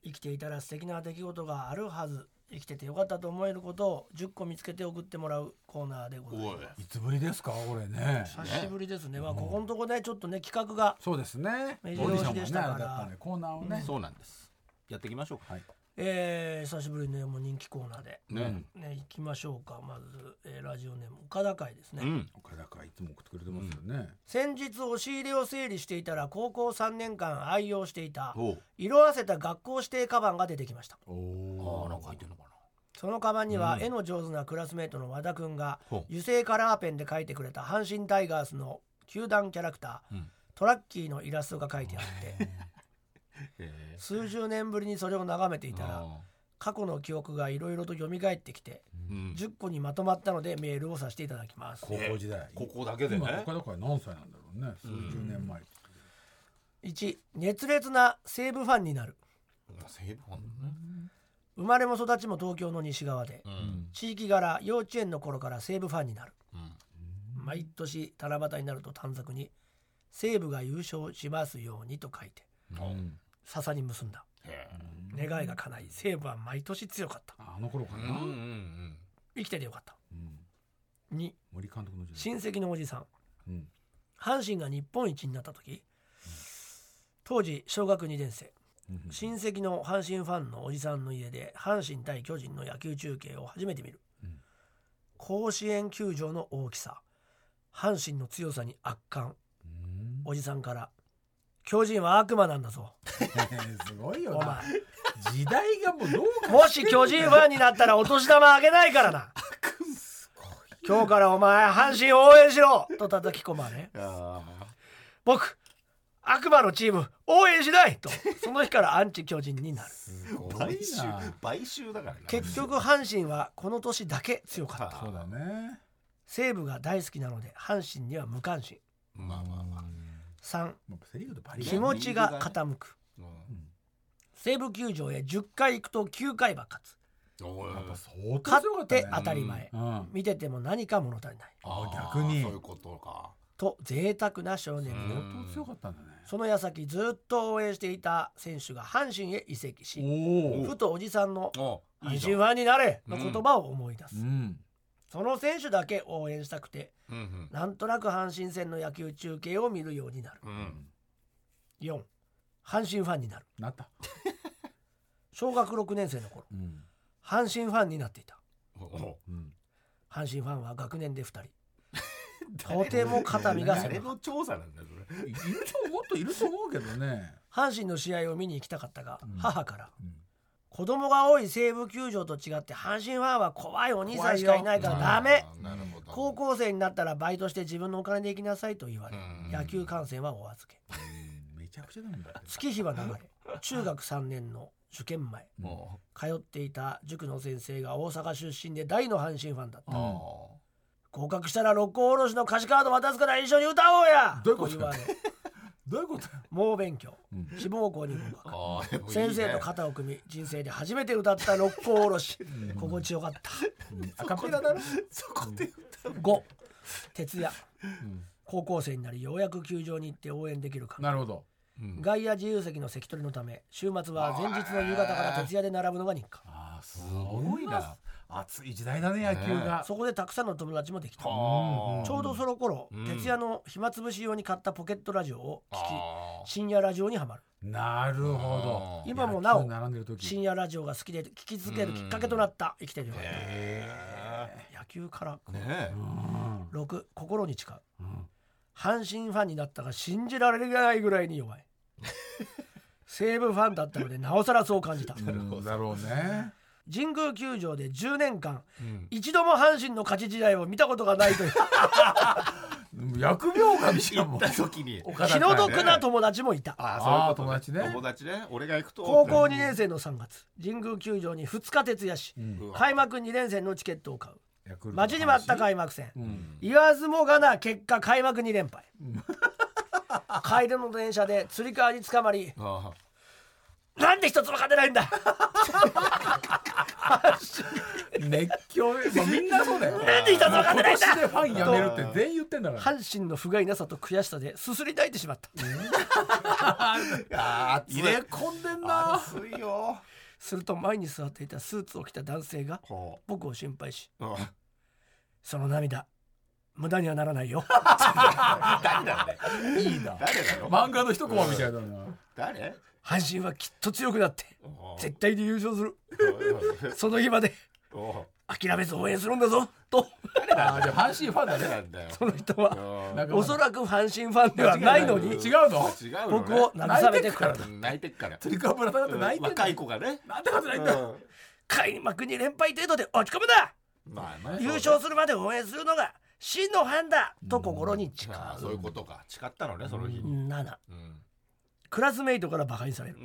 [SPEAKER 1] 生きていたら素敵な出来事があるはず生きててよかったと思えることを10個見つけて送ってもらうコーナーでござい
[SPEAKER 2] おい
[SPEAKER 1] ま
[SPEAKER 3] いつぶりですかこれね
[SPEAKER 1] す久しぶりですね、まあここのとこねちょっとね企画が、
[SPEAKER 3] そうですね
[SPEAKER 1] 目白押し
[SPEAKER 3] オーデ
[SPEAKER 1] で
[SPEAKER 3] ィ
[SPEAKER 1] し
[SPEAKER 3] ションも
[SPEAKER 1] たから
[SPEAKER 3] ねあれだったんでコーナーをね
[SPEAKER 2] そうなんですやっていきましょうか
[SPEAKER 3] はい
[SPEAKER 1] えー久しぶりのもう人気コーナーで、
[SPEAKER 2] ね、
[SPEAKER 1] ね、行きましょうかまず、えーラジオネーム岡田会ですね、
[SPEAKER 2] うん
[SPEAKER 3] 岡田からいつも送ってくれてますよね
[SPEAKER 1] 先日押し入れを整理していたら高校3年間愛用していた
[SPEAKER 2] おう
[SPEAKER 1] 色あせた学校指定カバンが出てきました
[SPEAKER 3] お
[SPEAKER 2] ああなん
[SPEAKER 3] お
[SPEAKER 2] か書いてんのか
[SPEAKER 1] そのカバンには絵の上手なクラスメートの和田くんが
[SPEAKER 2] ほう
[SPEAKER 1] 油性カラーペンで描いてくれた阪神タイガースの球団キャラクター、
[SPEAKER 2] うん
[SPEAKER 1] トラッキーのイラストが描いてあ
[SPEAKER 2] [laughs]
[SPEAKER 1] って
[SPEAKER 2] なえ
[SPEAKER 1] 数十年ぶりにそれを眺めてい
[SPEAKER 2] ー
[SPEAKER 1] たら
[SPEAKER 2] あ
[SPEAKER 1] 過去の記憶がいろいろと蘇ってきて
[SPEAKER 2] ーうん
[SPEAKER 1] 10個にまとまったのでメールをさせていただきます
[SPEAKER 3] 高校時代
[SPEAKER 2] ここだけで
[SPEAKER 3] 今
[SPEAKER 2] ね
[SPEAKER 3] 岡田から何歳なんだろうね数十年前
[SPEAKER 1] 1熱烈な西武ファンになる
[SPEAKER 2] 西武ファンだね
[SPEAKER 1] 生まれも育ちも東京の西側で
[SPEAKER 2] うん
[SPEAKER 1] 地域柄幼稚園の頃から西武ファンになる
[SPEAKER 2] うん
[SPEAKER 1] 毎年七夕になると短冊に「西武が優勝しますように」と書いて
[SPEAKER 2] うん
[SPEAKER 1] 笹に結んだ
[SPEAKER 2] へ
[SPEAKER 1] 願いが叶い西武は毎年強かった
[SPEAKER 3] ああの頃か
[SPEAKER 2] ーう
[SPEAKER 3] なん
[SPEAKER 2] うんうん
[SPEAKER 1] 生きててよかった
[SPEAKER 3] うん
[SPEAKER 1] 2
[SPEAKER 3] 森監督の時代
[SPEAKER 1] 親戚のおじさん
[SPEAKER 3] うん
[SPEAKER 1] 阪神が日本一になった時当時小学2年生
[SPEAKER 3] うん
[SPEAKER 1] 親戚の阪神ファンのおじさんの家で阪神対巨人の野球中継を初めて見る、
[SPEAKER 3] うん
[SPEAKER 1] 甲子園球場の大きさ阪神の強さに圧巻
[SPEAKER 3] うん
[SPEAKER 1] おじさんから「巨人は悪魔なんだぞ
[SPEAKER 3] [laughs] すごいよ
[SPEAKER 1] お前
[SPEAKER 3] な時代がもうどうか
[SPEAKER 1] もし巨人ファンになったらお年玉あげないからな今日からお前阪神応援しろと叩き込まれ
[SPEAKER 2] あ
[SPEAKER 1] 僕悪魔のチーム応援しないとその日からアンチ巨人になる
[SPEAKER 3] すご
[SPEAKER 2] あ
[SPEAKER 3] いな
[SPEAKER 2] 買収買収だからな
[SPEAKER 1] 結局阪神はこの年だけ強かった
[SPEAKER 3] そうだね
[SPEAKER 1] 西武が大好きなので阪神には無関心
[SPEAKER 2] まあまあまあ
[SPEAKER 1] 3
[SPEAKER 3] やっぱセリフとバリ
[SPEAKER 1] 気持ちが傾く
[SPEAKER 2] うん
[SPEAKER 1] 西武球場へ10回行くと9回は勝つ
[SPEAKER 2] おい
[SPEAKER 3] やっぱ相当
[SPEAKER 1] 勝
[SPEAKER 3] 強か
[SPEAKER 1] っ
[SPEAKER 3] ったね
[SPEAKER 1] て当たり前
[SPEAKER 3] うん
[SPEAKER 1] 見てても何か物足りない
[SPEAKER 2] あー
[SPEAKER 3] 逆に
[SPEAKER 2] そういうことか
[SPEAKER 1] と贅沢な少年になる
[SPEAKER 3] 相当強かったんだね
[SPEAKER 1] その矢先ずっと応援していた選手が阪神へ移籍し
[SPEAKER 3] お
[SPEAKER 1] ふとおじさんの
[SPEAKER 2] お
[SPEAKER 1] 「
[SPEAKER 2] い
[SPEAKER 1] 阪神
[SPEAKER 2] いじゃ
[SPEAKER 1] フ
[SPEAKER 2] ん
[SPEAKER 1] ァンになれ!」の言葉を思い出す、
[SPEAKER 3] うん
[SPEAKER 1] その選手だけ応援したくて
[SPEAKER 2] うん
[SPEAKER 1] なんとなく阪神戦の野球中継を見るようになる
[SPEAKER 2] うんうん
[SPEAKER 1] 4阪神ファンになる
[SPEAKER 3] なった
[SPEAKER 1] 小学6年生の頃
[SPEAKER 3] うん
[SPEAKER 1] 阪神ファンになっていた
[SPEAKER 2] お
[SPEAKER 3] うん
[SPEAKER 1] 阪神ファンは学年で2人とても肩身が
[SPEAKER 2] 誰
[SPEAKER 1] 狭い
[SPEAKER 2] の調査なんだよそれ
[SPEAKER 3] いるともっといると思うけどね
[SPEAKER 1] 阪神の試合を見に行きたかったが、
[SPEAKER 3] うん
[SPEAKER 1] 母から子供が多い西武球場と違って阪神ファンは怖いお兄さんしかいないからダメ
[SPEAKER 2] あーなるほど
[SPEAKER 1] 高校生になったらバイトして自分のお金で行きなさいと言われ
[SPEAKER 2] うん
[SPEAKER 1] 野球観戦はお預け
[SPEAKER 3] めちゃくちゃだもんだって
[SPEAKER 1] 月日は流れ中学3年の受験前
[SPEAKER 2] も
[SPEAKER 1] 通っていた塾の先生が大阪出身で大の阪神ファンだっ
[SPEAKER 2] う
[SPEAKER 1] た
[SPEAKER 2] あ
[SPEAKER 1] 合格したら六甲おろしの歌詞カード渡すから一緒に歌おうや
[SPEAKER 3] どういうこと
[SPEAKER 1] 言われ
[SPEAKER 3] どういうこと
[SPEAKER 1] 猛勉強
[SPEAKER 3] うん
[SPEAKER 1] 志望校に合
[SPEAKER 2] ー
[SPEAKER 1] 格
[SPEAKER 2] あーでもいいね
[SPEAKER 1] 先生と肩を組み人生で初めて歌った六甲おろし心地よかった
[SPEAKER 3] アカペラだろ
[SPEAKER 2] そこで
[SPEAKER 1] 5徹夜高校生になりようやく球場に行って応援できるか
[SPEAKER 3] なるほど
[SPEAKER 2] うん
[SPEAKER 1] 外野自由席の席取りのため週末は前日の夕方から徹夜で並ぶのが日課
[SPEAKER 3] あーすごいな熱い時代だね野球が
[SPEAKER 1] そこでたくさんの友達もできたち
[SPEAKER 2] はあ
[SPEAKER 1] ょうどその頃、
[SPEAKER 2] うん
[SPEAKER 1] 徹夜の暇つぶし用に買ったポケットラジオを聞き
[SPEAKER 2] あ
[SPEAKER 1] 深夜ラジオにはまる
[SPEAKER 3] なるほ
[SPEAKER 2] あ
[SPEAKER 3] ど
[SPEAKER 2] ー
[SPEAKER 1] 今もなお
[SPEAKER 3] 野球並んでる
[SPEAKER 1] 深
[SPEAKER 3] 時
[SPEAKER 1] 夜ラジオが好きで聞き続けるきっかけとなった生きてるよ、野球から
[SPEAKER 2] ーね
[SPEAKER 3] うん
[SPEAKER 1] 6心に誓う
[SPEAKER 3] うん
[SPEAKER 1] 阪神ファンになったが信じられないぐらいに
[SPEAKER 3] [laughs]
[SPEAKER 1] 弱い西武ファンだったのでなおさらそう感
[SPEAKER 3] [laughs]
[SPEAKER 1] じた
[SPEAKER 3] うんだろうね
[SPEAKER 1] 神宮球場で10年間
[SPEAKER 2] えうん
[SPEAKER 1] 一度も阪神の勝ち試合を見たことがないという
[SPEAKER 3] 疫病神しか
[SPEAKER 2] 行
[SPEAKER 3] も
[SPEAKER 2] った時に
[SPEAKER 3] 岡田
[SPEAKER 1] [laughs] 気の
[SPEAKER 3] 君ね
[SPEAKER 1] 毒な友達もいた
[SPEAKER 2] あ
[SPEAKER 3] あー
[SPEAKER 2] そういうこと
[SPEAKER 3] 友達ね
[SPEAKER 2] 友達ね俺が行くと
[SPEAKER 1] 高校2年生の3月神宮球場に2日徹夜し
[SPEAKER 3] うん
[SPEAKER 2] うわ
[SPEAKER 1] 開幕2連戦のチケットを買う
[SPEAKER 3] ヤクルト
[SPEAKER 1] 待ちに待った開幕戦
[SPEAKER 3] うん
[SPEAKER 1] 言わずもがな結果開幕2連敗 [laughs] 帰りの電車でつり革につかまり
[SPEAKER 2] あ
[SPEAKER 1] なんで一つも勝てないんだ
[SPEAKER 3] 熱狂まあみんなそう
[SPEAKER 1] [laughs]
[SPEAKER 3] だよ
[SPEAKER 1] なんで一つも勝て
[SPEAKER 3] 今
[SPEAKER 1] ない
[SPEAKER 3] 年
[SPEAKER 1] んだ
[SPEAKER 3] でファンやめるって全員言ってんだから
[SPEAKER 1] 阪神の不甲斐なさと悔しさですすり泣いてしまった
[SPEAKER 2] ーあー
[SPEAKER 3] 入
[SPEAKER 2] 入
[SPEAKER 3] れ
[SPEAKER 2] れ
[SPEAKER 3] 込んでんな
[SPEAKER 2] 熱いよ
[SPEAKER 1] すると前に座っていたスーツを着た男性が
[SPEAKER 2] ほ
[SPEAKER 1] 僕を心配し
[SPEAKER 2] ううん
[SPEAKER 1] その涙無駄にはならないよ
[SPEAKER 2] 誰だね
[SPEAKER 3] いいな
[SPEAKER 2] 誰だよ
[SPEAKER 3] 漫画の一コマみたいだな
[SPEAKER 2] 誰
[SPEAKER 1] 阪神はきっと強くなって絶対に優勝するその日まで
[SPEAKER 2] お
[SPEAKER 1] 諦めず応援するんだぞと
[SPEAKER 3] あーじゃあ阪神ファンだ
[SPEAKER 2] 誰
[SPEAKER 3] ね
[SPEAKER 2] なんだよ
[SPEAKER 1] その人は
[SPEAKER 2] う
[SPEAKER 3] なん
[SPEAKER 2] ん
[SPEAKER 3] か
[SPEAKER 1] おそらく阪神ファンではないのに
[SPEAKER 3] 違うの
[SPEAKER 2] 違うのね
[SPEAKER 1] 僕を慰めてくれた
[SPEAKER 2] うん泣いてっから
[SPEAKER 3] 鳥川村田だって泣いてん
[SPEAKER 2] 若
[SPEAKER 3] だ
[SPEAKER 2] い
[SPEAKER 3] よ
[SPEAKER 2] 子がね
[SPEAKER 3] なんてことないんだ
[SPEAKER 2] うん
[SPEAKER 1] 開幕に連敗程度で落ち込むな
[SPEAKER 2] まあね
[SPEAKER 1] 優勝するまで応援するのが真のファンだと心に誓う
[SPEAKER 2] ああそういうことか誓ったのねその日に
[SPEAKER 1] 7
[SPEAKER 2] うん
[SPEAKER 1] クラスメイトからバカにされる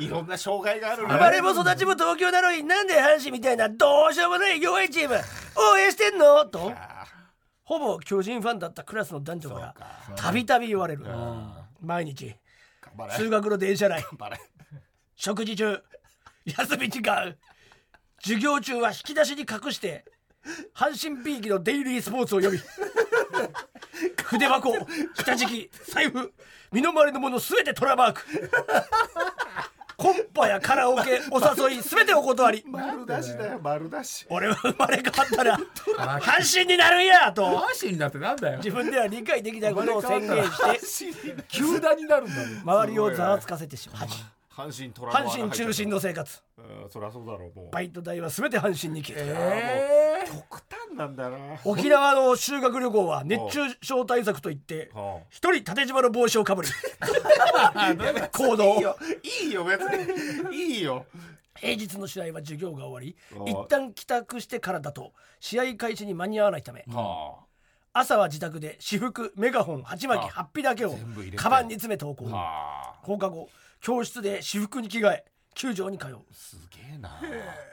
[SPEAKER 2] いろんな障害がある
[SPEAKER 1] 生まれも育ちも東京なのになんで阪神みたいなどうしようもない弱いチーム応援してんのと
[SPEAKER 2] あ
[SPEAKER 1] ほぼ巨人ファンだったクラスの男女
[SPEAKER 2] ーそう
[SPEAKER 1] か
[SPEAKER 2] から
[SPEAKER 1] たびたび言われる
[SPEAKER 2] うん
[SPEAKER 1] 毎日
[SPEAKER 2] 頑張れ
[SPEAKER 1] 通学の電車内
[SPEAKER 2] 頑張れ
[SPEAKER 1] 食事中休み時間授業中は引き出しに隠して阪神ピーキのデイリースポーツを読み筆箱下敷き財布身の回りのもの全てトラマークコンパやカラオケお誘い全てお断り
[SPEAKER 2] 丸出しだよ丸出し
[SPEAKER 1] 俺は生まれ変わったら阪神になるんやと
[SPEAKER 3] 阪神になってなんだよ
[SPEAKER 1] 自分では理解できないことを宣言して
[SPEAKER 3] 球団になるんだもん
[SPEAKER 1] 周りをざわつかせてしまう
[SPEAKER 2] 阪神トラ
[SPEAKER 1] 阪神中心の
[SPEAKER 2] せ
[SPEAKER 1] 生活
[SPEAKER 2] そりゃそうだろうもう
[SPEAKER 1] バイト代は全て阪神に消えた
[SPEAKER 3] ええ
[SPEAKER 2] 極端なんだな
[SPEAKER 1] 沖縄の修学旅行は熱中症対策といって
[SPEAKER 2] はあ
[SPEAKER 1] 一人縦縞の帽子をか
[SPEAKER 2] [laughs]
[SPEAKER 1] ぶり行動
[SPEAKER 2] いいよいいよ別にいいよ
[SPEAKER 1] 平日の試合は授業が終わり
[SPEAKER 2] ああ
[SPEAKER 1] 一旦帰宅してからだと試合開始に間に合わないため
[SPEAKER 2] は
[SPEAKER 1] 朝は自宅で私服メガホン鉢巻き
[SPEAKER 2] あ
[SPEAKER 1] ハッピーだけを
[SPEAKER 2] 全部入れて
[SPEAKER 1] カバンに詰め投稿
[SPEAKER 2] あはあ
[SPEAKER 1] 放課後教室で私服に着替え球場に通う
[SPEAKER 2] すげえな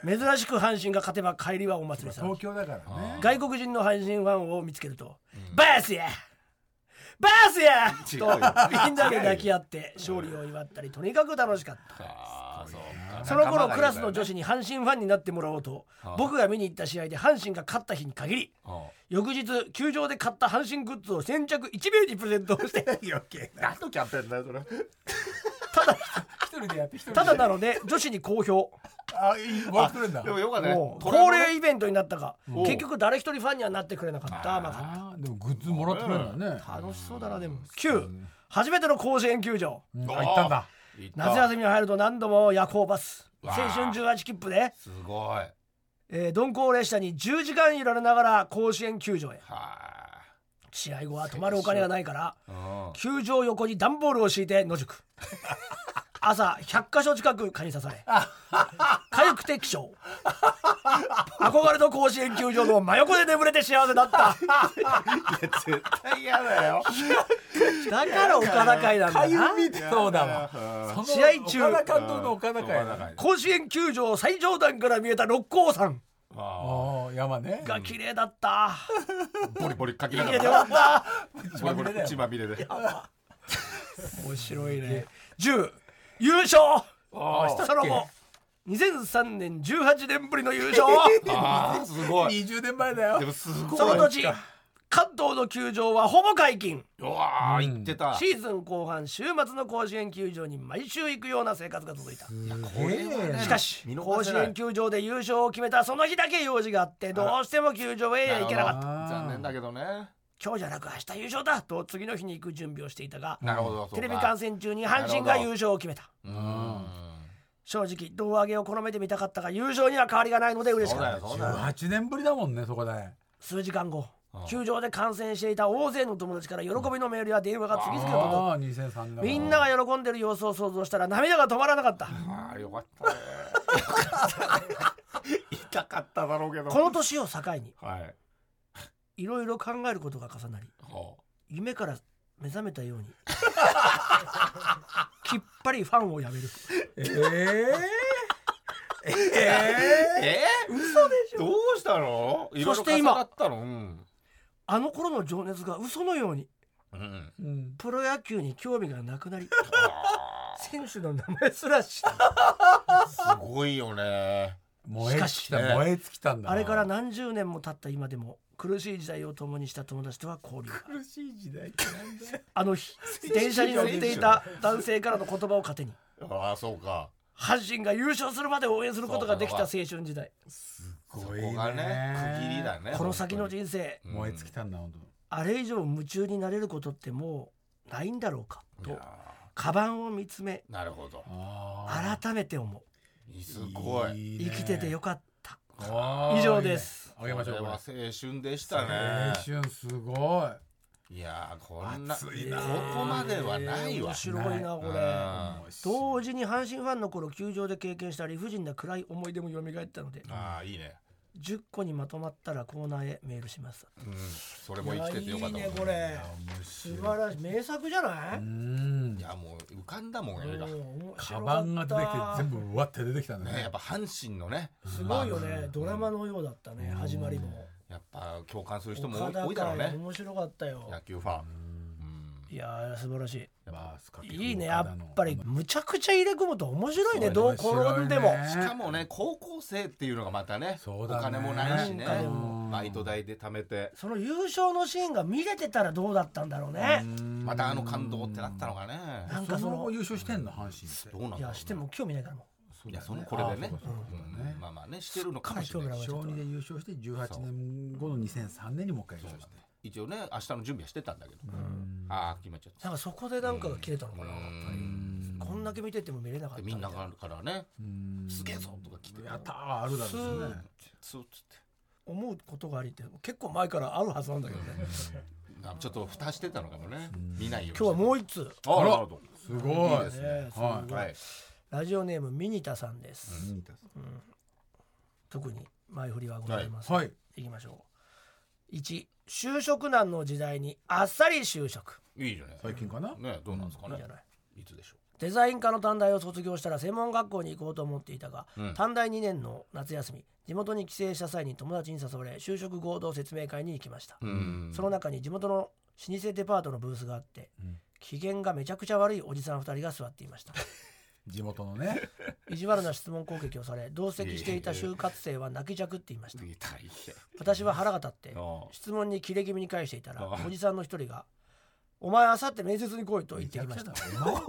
[SPEAKER 1] 珍しく阪神が勝てば帰りはお祭りさん
[SPEAKER 3] 東京だからね
[SPEAKER 1] 外国人の阪神ファンを見つけると「バースやバースや!」
[SPEAKER 2] 違う
[SPEAKER 1] と
[SPEAKER 2] よ
[SPEAKER 1] みんなで抱き合って勝利を祝ったりとにかく楽しかった
[SPEAKER 2] はあそうか
[SPEAKER 1] その頃クラスの女
[SPEAKER 2] 仲間がいるんだね
[SPEAKER 1] 子に阪神ファンになってもらおうと
[SPEAKER 2] はあ
[SPEAKER 1] 僕が見に行った試合で阪神が勝った日に限り
[SPEAKER 2] はあ
[SPEAKER 1] 翌日球場で買った阪神グッズを先着1名にプレゼントをして
[SPEAKER 2] [laughs]
[SPEAKER 3] 余計な
[SPEAKER 2] 何のキャンペーンだよそれ
[SPEAKER 3] 一人でやって一人で
[SPEAKER 1] ただなので女子に好評
[SPEAKER 3] あいいもう一人だ
[SPEAKER 2] でもよかったね
[SPEAKER 1] もう
[SPEAKER 2] トラの
[SPEAKER 1] 恒
[SPEAKER 2] ね
[SPEAKER 1] 例イベントになったが
[SPEAKER 2] うん
[SPEAKER 1] 結局誰一人ファンにはなってくれなかったまあ
[SPEAKER 3] あーでもグッズもらってくれるんだね
[SPEAKER 1] 楽しそうだなでも9初めての甲子園球場
[SPEAKER 3] うんあ行ったんだ
[SPEAKER 2] 行った
[SPEAKER 1] 夏休みに入ると何度も夜行バス青
[SPEAKER 2] わあ
[SPEAKER 1] 春18切符で、
[SPEAKER 2] すごいはい
[SPEAKER 1] えー、鈍行列車に10時間揺られながら甲子園球場へ試合後は泊まるお金がないから
[SPEAKER 2] うん
[SPEAKER 1] 球場横に段ボールを敷いて野宿朝100箇所近く蚊に刺され痒くて気象憧れの甲子園球場の真横で眠れて幸せだった
[SPEAKER 3] 絶対嫌
[SPEAKER 2] [laughs]
[SPEAKER 3] だよ。
[SPEAKER 1] だから岡田会なんだな
[SPEAKER 3] 痒みってそうだわ。
[SPEAKER 1] 試合中
[SPEAKER 3] 岡田監督の岡田会だから。
[SPEAKER 1] 甲子園球場最上段から見えた六甲山
[SPEAKER 2] あ
[SPEAKER 3] ああ、山ね。
[SPEAKER 1] が綺麗だった、
[SPEAKER 2] ーボリボリかきな
[SPEAKER 1] 綺
[SPEAKER 2] が
[SPEAKER 1] 麗で
[SPEAKER 2] ら
[SPEAKER 1] 終わっ
[SPEAKER 2] ボリボリ血まみれで
[SPEAKER 1] た面白いね10優勝
[SPEAKER 3] あーしたっけ
[SPEAKER 1] その後2003年18年ぶりの優
[SPEAKER 2] [laughs]
[SPEAKER 1] 勝
[SPEAKER 2] あーすごい
[SPEAKER 3] 20年前だよ
[SPEAKER 2] で。もすごい
[SPEAKER 1] その土地関東の球場はほぼ解禁
[SPEAKER 2] うわー言ってた
[SPEAKER 1] シーズン後半週末の甲子園球場に毎週行くような生活が続いた
[SPEAKER 3] これはね
[SPEAKER 1] しかし
[SPEAKER 2] 見逃
[SPEAKER 1] 甲
[SPEAKER 2] せ
[SPEAKER 1] 子
[SPEAKER 2] ない
[SPEAKER 1] 園球場で優勝を決めたその日だけ用事があってどうしても球場へ行けなかった
[SPEAKER 3] あー
[SPEAKER 2] 残念だけどね
[SPEAKER 1] 今日じゃなく明日優勝だと次の日に行く準備をしていたが
[SPEAKER 2] なるほど
[SPEAKER 1] テレビ観
[SPEAKER 2] 戦
[SPEAKER 1] 戦中に阪神が優勝を決めた
[SPEAKER 2] うん
[SPEAKER 1] 正直胴上げを好めてみたかったが優勝には変わりがないので嬉し
[SPEAKER 2] そう
[SPEAKER 1] かっ
[SPEAKER 2] だ
[SPEAKER 1] た
[SPEAKER 2] よそうだよ
[SPEAKER 3] 18年ぶりだもんね、そこで。
[SPEAKER 1] 数時間後
[SPEAKER 2] ん
[SPEAKER 1] 球場で観戦していた大勢の友達から喜びのメールや電話が次々と
[SPEAKER 3] ああ、2003年。
[SPEAKER 1] 届くみんなが喜んでる様子を想像したら涙が止まらなかった
[SPEAKER 2] ああよかったね [laughs] 痛かっただろうけど
[SPEAKER 1] この年を境に
[SPEAKER 2] はい
[SPEAKER 1] いろいろ考えることが重なり
[SPEAKER 2] ほ
[SPEAKER 1] 夢から目覚めたようにきっぱりファンをやめる
[SPEAKER 3] ええ
[SPEAKER 2] うえー、嘘でしょどうしたのいろい
[SPEAKER 1] そし
[SPEAKER 2] ろ
[SPEAKER 1] て
[SPEAKER 2] 重
[SPEAKER 1] 今
[SPEAKER 2] なったのうん
[SPEAKER 1] あの頃の情熱が嘘のように
[SPEAKER 2] うん
[SPEAKER 3] うん。
[SPEAKER 1] プロ野球に興味がなくなり選手の名前すら知らない
[SPEAKER 2] すごいよね
[SPEAKER 3] 燃え尽きた、
[SPEAKER 2] しかしね
[SPEAKER 3] 燃え尽きたんだ。
[SPEAKER 1] あれから何十年も経った今でも苦しい時代を共にした友達とは交流が
[SPEAKER 3] 苦しい時代ってなんだよ。
[SPEAKER 1] あの日 [laughs] 電車に乗っていた男性からの言葉を糧に
[SPEAKER 2] ああそうか
[SPEAKER 1] 阪神が優勝するまで応援することができた青春時代
[SPEAKER 2] そこがね区切りだね
[SPEAKER 1] この先の
[SPEAKER 2] 本
[SPEAKER 1] 人生
[SPEAKER 2] 当に
[SPEAKER 3] 燃え尽きたんだ、本当。
[SPEAKER 1] あれ以上夢中になれることってもうないんだろうか
[SPEAKER 2] い
[SPEAKER 1] と
[SPEAKER 2] や
[SPEAKER 1] カバンを見つめ
[SPEAKER 2] ーなるほど
[SPEAKER 3] あ
[SPEAKER 1] 改めて思う
[SPEAKER 2] すごい
[SPEAKER 1] 生きててよかった
[SPEAKER 3] 以
[SPEAKER 1] 以上です
[SPEAKER 3] あげましょう
[SPEAKER 2] これは
[SPEAKER 3] こ
[SPEAKER 2] 青春でし
[SPEAKER 3] れ
[SPEAKER 2] たね
[SPEAKER 3] 青春すごい
[SPEAKER 2] いやーこんな
[SPEAKER 3] 熱いな
[SPEAKER 2] ここまではないわ
[SPEAKER 1] 面白いなこれ
[SPEAKER 2] あ
[SPEAKER 1] 同時に阪神ファンの頃球場で経験した理不尽な暗い思い出も蘇ったので
[SPEAKER 2] あーいいね
[SPEAKER 1] 10個にまとまったらコーナーへメールします
[SPEAKER 2] うんそれも生きててよかった
[SPEAKER 1] いやいいね
[SPEAKER 2] も
[SPEAKER 1] こ
[SPEAKER 2] んね
[SPEAKER 1] れ素晴らしい名作じゃな
[SPEAKER 3] う
[SPEAKER 1] い
[SPEAKER 3] ん
[SPEAKER 2] いやもう浮かんだもん映画ね
[SPEAKER 3] カバンが出てきて全部うわって出てきたんだ
[SPEAKER 2] や
[SPEAKER 3] ね
[SPEAKER 2] っぱ阪神のね
[SPEAKER 1] すごいよねドラマのようだったね始まりも
[SPEAKER 2] やっぱ共感する人も
[SPEAKER 1] 岡
[SPEAKER 2] 多
[SPEAKER 1] 田
[SPEAKER 2] い多いだろう
[SPEAKER 1] 会
[SPEAKER 2] ね
[SPEAKER 1] 面白かったよ
[SPEAKER 2] 野球ファン
[SPEAKER 1] いやー素晴らし
[SPEAKER 3] バースかけ
[SPEAKER 1] いいいねやっぱりむちゃくちゃ入れ込むと面白いね
[SPEAKER 3] そう
[SPEAKER 1] どう
[SPEAKER 3] 面白
[SPEAKER 1] 転
[SPEAKER 3] いね
[SPEAKER 1] んでも
[SPEAKER 2] しかもね高校生っていうのがまたね
[SPEAKER 3] そ
[SPEAKER 2] お
[SPEAKER 3] うだね
[SPEAKER 2] 金もないしね
[SPEAKER 1] なんかで
[SPEAKER 3] も
[SPEAKER 2] バイト代で貯めて
[SPEAKER 1] その優勝のシーンが見れてたらどうだったんだろうね
[SPEAKER 2] またあの感動ってなったのがね
[SPEAKER 1] なん
[SPEAKER 3] そ
[SPEAKER 1] かそ
[SPEAKER 3] の
[SPEAKER 1] の
[SPEAKER 3] 後優勝してんの阪神
[SPEAKER 2] ど
[SPEAKER 3] っ
[SPEAKER 2] うなんだ
[SPEAKER 1] い
[SPEAKER 2] ろう
[SPEAKER 1] や
[SPEAKER 2] ね
[SPEAKER 1] しても興味ないからも
[SPEAKER 3] て
[SPEAKER 2] いやそのこれでね
[SPEAKER 3] あそうかそうかそうだね
[SPEAKER 2] まあまあねしてるのかもしれ
[SPEAKER 1] すっかり興味な
[SPEAKER 2] ないい
[SPEAKER 3] 小2で優勝して18年後の2003年にもう一回優勝して
[SPEAKER 2] 一応ね明日の準備はしてたんだけど、ああ決まっちゃっ
[SPEAKER 1] う
[SPEAKER 2] た
[SPEAKER 1] なんかそこでなんかが切れたのかな
[SPEAKER 2] うん
[SPEAKER 1] こんだけ見てても見れなかっ
[SPEAKER 2] で
[SPEAKER 1] た
[SPEAKER 2] みんな
[SPEAKER 1] みたい
[SPEAKER 2] からね
[SPEAKER 3] う
[SPEAKER 2] 「
[SPEAKER 3] ん
[SPEAKER 2] すげえぞ!」とか来て
[SPEAKER 3] やったーあるだろうね
[SPEAKER 2] そうっつって
[SPEAKER 1] 思うことがありって結構前からあるはずなんだけどね
[SPEAKER 2] あちょっと蓋してたのかもね見ないよ
[SPEAKER 1] 今日はも
[SPEAKER 2] う
[SPEAKER 1] う一通
[SPEAKER 2] あら
[SPEAKER 3] あら
[SPEAKER 2] なるほど
[SPEAKER 3] すごい
[SPEAKER 2] いいです
[SPEAKER 1] ね
[SPEAKER 2] ね
[SPEAKER 1] すごい
[SPEAKER 2] はい
[SPEAKER 1] ラジオネームミニタさんです、
[SPEAKER 3] うん
[SPEAKER 1] 特に前振りはございません、
[SPEAKER 3] はい
[SPEAKER 1] い、きましょう1就職難の時代にあっさり就職
[SPEAKER 2] いいじゃない
[SPEAKER 3] 最近かな
[SPEAKER 2] ねどうなんですか
[SPEAKER 1] いい
[SPEAKER 2] ね
[SPEAKER 1] じゃない
[SPEAKER 2] いつでしょ
[SPEAKER 1] デザイン科の短大を卒業したら専門学校に行こうと思っていたが、
[SPEAKER 2] うん
[SPEAKER 1] 短大2年の夏休み地元に帰省した際に友達に誘われ就職合同説明会に行きました、
[SPEAKER 2] ううん
[SPEAKER 1] その中に地元の老舗デパートのブースがあって、機嫌がめちゃくちゃ悪いおじさん2人が座っていました
[SPEAKER 2] [laughs]
[SPEAKER 3] 地元のね
[SPEAKER 1] 意地悪な質問攻撃をされ同席していた就活生は泣きじゃくっていました
[SPEAKER 2] 大変
[SPEAKER 1] 私は腹が立って
[SPEAKER 2] あ
[SPEAKER 1] 質問に切れ気味に返していたら
[SPEAKER 2] ああ
[SPEAKER 1] おじさんの一人が「お前あさって面接に来い」と言ってきました
[SPEAKER 3] お前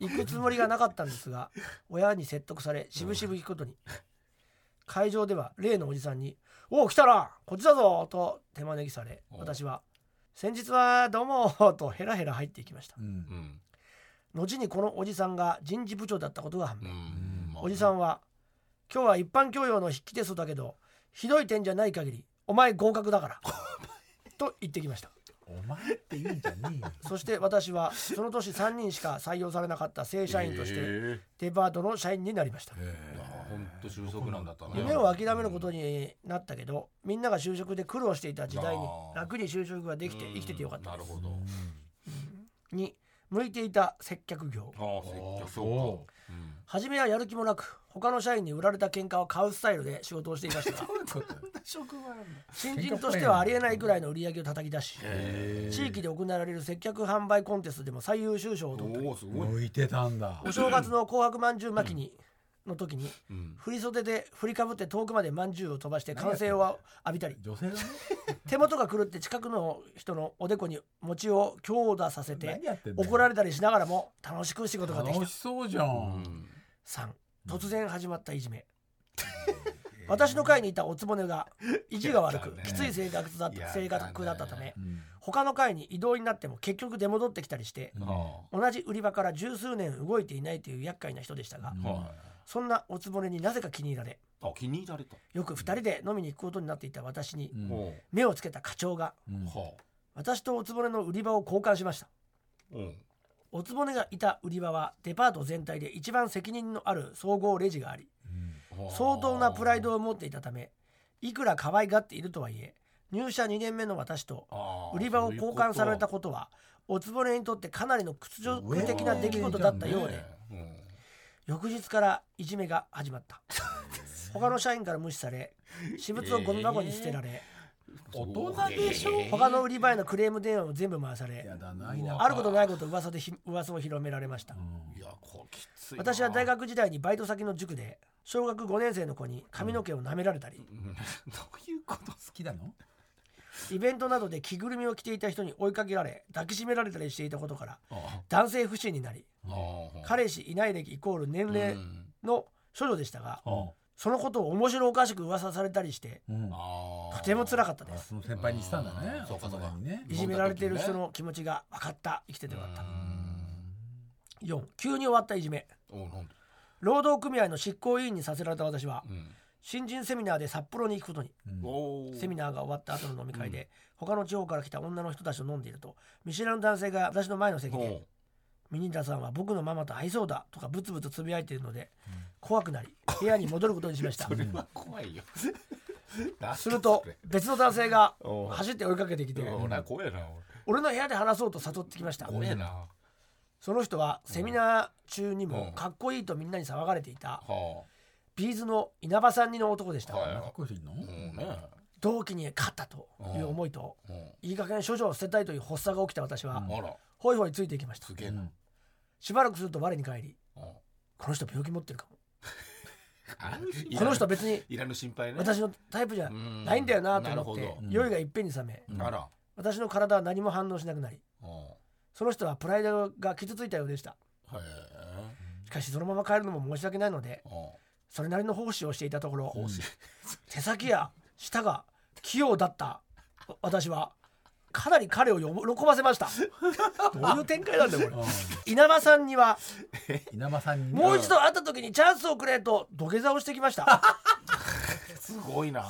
[SPEAKER 1] 行くつもりがなかったんですが親に説得されしぶしぶ行くことに会場では例のおじさんに「おお来たなこっちだぞ」と手招きされ
[SPEAKER 2] お
[SPEAKER 1] 私は「先日はどうも」とヘラヘラ入っていきました
[SPEAKER 3] うん
[SPEAKER 2] うん
[SPEAKER 1] 後にこのおじさんが人事部長だったことが判
[SPEAKER 2] う
[SPEAKER 1] 明
[SPEAKER 2] ん
[SPEAKER 1] おじさ
[SPEAKER 2] ん
[SPEAKER 1] んは「今日は一般教養の筆記テス
[SPEAKER 2] [laughs]
[SPEAKER 1] トだけどひどい点じゃない限りお前合格だから」と言ってきました
[SPEAKER 3] おお前って言うんじゃねえよ。
[SPEAKER 1] そして私はその年3人しか採用されなかった正社員としてデパートの社員になりました
[SPEAKER 2] 本当就職なんだったね
[SPEAKER 1] 夢を諦めることになったけどみんなが就職で苦労していた時代に
[SPEAKER 2] あー
[SPEAKER 1] 楽に就職ができて生きててよかった
[SPEAKER 2] な
[SPEAKER 1] で
[SPEAKER 2] る
[SPEAKER 1] す
[SPEAKER 2] ほど
[SPEAKER 1] に向いていた接客業
[SPEAKER 2] ああ
[SPEAKER 3] ああ
[SPEAKER 2] 接客
[SPEAKER 3] そ
[SPEAKER 1] 初めはやる気もなく他の社員に売られた喧嘩を買うスタイルで仕事をしていましたが新人としてはありえないくらいの売り上げを叩き出し地域で行われる接客販売コンテストでも最優秀賞を取ったり
[SPEAKER 2] おおすごい
[SPEAKER 3] 向いてたんだ
[SPEAKER 1] お。正月の紅白まんじゅう巻きに、の時に
[SPEAKER 2] うん
[SPEAKER 1] 振り袖で振りかぶって遠くまでまんじゅうを飛ばして歓声を浴びたり
[SPEAKER 3] 女性だね。
[SPEAKER 1] 手元が狂って近くの人のおでこに餅を強打させて
[SPEAKER 3] 何やってんだよ
[SPEAKER 1] 怒られたりしながらも楽しく仕事ができ
[SPEAKER 3] 楽
[SPEAKER 1] た
[SPEAKER 3] しそうじゃん。
[SPEAKER 1] 3突然始まったいじめ私の会にいたおつぼねが意地が悪く
[SPEAKER 2] やだね
[SPEAKER 1] きつい性格だった性格だったため
[SPEAKER 3] うん
[SPEAKER 1] 他の会に異動になっても結局出戻ってきたりして
[SPEAKER 2] ああ
[SPEAKER 1] 同じ売り場から十数年動いていないという厄介な人でしたが
[SPEAKER 2] は
[SPEAKER 1] そんなおつぼねになぜか気に入られ
[SPEAKER 2] いあ気に入られた
[SPEAKER 1] よく2人で飲みに行くことになっていた私に
[SPEAKER 3] うん
[SPEAKER 2] おう
[SPEAKER 1] 目をつけた課長が
[SPEAKER 3] うん
[SPEAKER 2] はあ
[SPEAKER 1] 私とおつぼねの売り場を交換しました
[SPEAKER 2] うん
[SPEAKER 1] おつぼねがいた売り場はデパート全体で一番責任のある総合レジがあり
[SPEAKER 2] はあ
[SPEAKER 1] 相当なプライドを持っていたためいくら可愛がっているとはいえ入社2年目の私と
[SPEAKER 2] ああ
[SPEAKER 1] 売り場を
[SPEAKER 2] そういうこ
[SPEAKER 1] 交
[SPEAKER 2] と
[SPEAKER 1] 換されたことはおつぼねにとってかなりの屈辱的な出来事だったようで
[SPEAKER 2] ねうん
[SPEAKER 1] 翌日からいじめが始まった他の社員から無視され私物をゴミ箱に捨てられ
[SPEAKER 3] 大人でしょ
[SPEAKER 1] 他の売り場へのクレーム電話を全部回され
[SPEAKER 3] やだな、いな。
[SPEAKER 1] あることないこと噂でひ噂を広められました
[SPEAKER 2] いやこうきついな
[SPEAKER 1] 私は大学時代にバイト先の塾で小学5年生の子に髪の毛を舐められたり、
[SPEAKER 2] うんどういうこと
[SPEAKER 3] 好きなの
[SPEAKER 1] イベントなどで着ぐるみを着ていた人に追いかけられ抱きしめられたりしていたことから
[SPEAKER 2] あ
[SPEAKER 1] 男性不信になり
[SPEAKER 2] あ
[SPEAKER 1] 彼氏いない歴イコール年齢
[SPEAKER 2] うん
[SPEAKER 1] の処女でしたが、
[SPEAKER 3] うん
[SPEAKER 1] そのことを面白おかしく噂されたりして
[SPEAKER 3] うんあ
[SPEAKER 2] ああ
[SPEAKER 1] とても辛かったで
[SPEAKER 3] あ
[SPEAKER 1] す
[SPEAKER 3] その先輩にしたんだね
[SPEAKER 2] う。んそうかそうか
[SPEAKER 3] お前にね
[SPEAKER 1] いじめられている人の気持ちが分かった生きててよかった
[SPEAKER 2] うん
[SPEAKER 1] 4急に終わったいじめ
[SPEAKER 2] おうなんだ
[SPEAKER 1] 労働組合の執行委員にさせられた私は
[SPEAKER 2] うん
[SPEAKER 1] 新人セミナーで札幌に行くことに
[SPEAKER 3] うん
[SPEAKER 2] おう
[SPEAKER 1] セミナーが終わった後の飲み会で、他の地方から来た女の人たちと飲んでいると見知らぬ男性が私の前の席
[SPEAKER 2] お
[SPEAKER 1] で
[SPEAKER 2] う
[SPEAKER 1] 「ミニダさんは僕のママと合いそうだ」とかブツブツつぶやいているので、怖くなり部屋に戻ることにしました
[SPEAKER 2] [laughs] それは怖いよなんだ
[SPEAKER 1] すると
[SPEAKER 2] それ
[SPEAKER 1] 別の男性が
[SPEAKER 2] おう
[SPEAKER 1] 走って追いかけてきて
[SPEAKER 2] おうな怖えなおい
[SPEAKER 1] 俺の部屋で話そうと誘ってきました
[SPEAKER 2] 怖えなは
[SPEAKER 1] その人はセミナー中に
[SPEAKER 2] う
[SPEAKER 1] も
[SPEAKER 2] ん
[SPEAKER 1] かっこいいとみんなに騒がれていた
[SPEAKER 2] あ
[SPEAKER 1] ビーズの稲葉さんにの男でした、
[SPEAKER 2] はい
[SPEAKER 3] あかっこいい人いんの
[SPEAKER 2] うんね
[SPEAKER 1] 同期に勝ったという思いと
[SPEAKER 2] うん
[SPEAKER 1] いい加減処女を捨てたいという発作が起きた私は、
[SPEAKER 2] あら
[SPEAKER 1] ホイホイついていきました
[SPEAKER 2] すげえな
[SPEAKER 1] しばらくすると我に返り
[SPEAKER 2] うん
[SPEAKER 1] この人病気持ってるかも
[SPEAKER 2] あ
[SPEAKER 1] この人別に
[SPEAKER 2] いらぬ心配ね
[SPEAKER 1] 私のタイプじゃないんだよなと思って
[SPEAKER 2] うんなるほど
[SPEAKER 1] 酔いがいっぺんに冷め
[SPEAKER 2] あら
[SPEAKER 1] 私の体は何も反応しなくなり
[SPEAKER 2] うん
[SPEAKER 1] その人はプライドが傷ついたようでした
[SPEAKER 2] へえ
[SPEAKER 1] しかしそのまま帰るのも申し訳ないので
[SPEAKER 2] うん
[SPEAKER 1] それなりの奉仕をしていたところ
[SPEAKER 2] こうし
[SPEAKER 1] 手先や舌が器用だった私はかなり彼を喜ばせましたどういう展開なんだよこれ [laughs] 稲葉さんには
[SPEAKER 3] [laughs] 稲葉さんにね。
[SPEAKER 1] もう一度会った時にチャンスをくれと土下座をしてきました
[SPEAKER 2] すごいな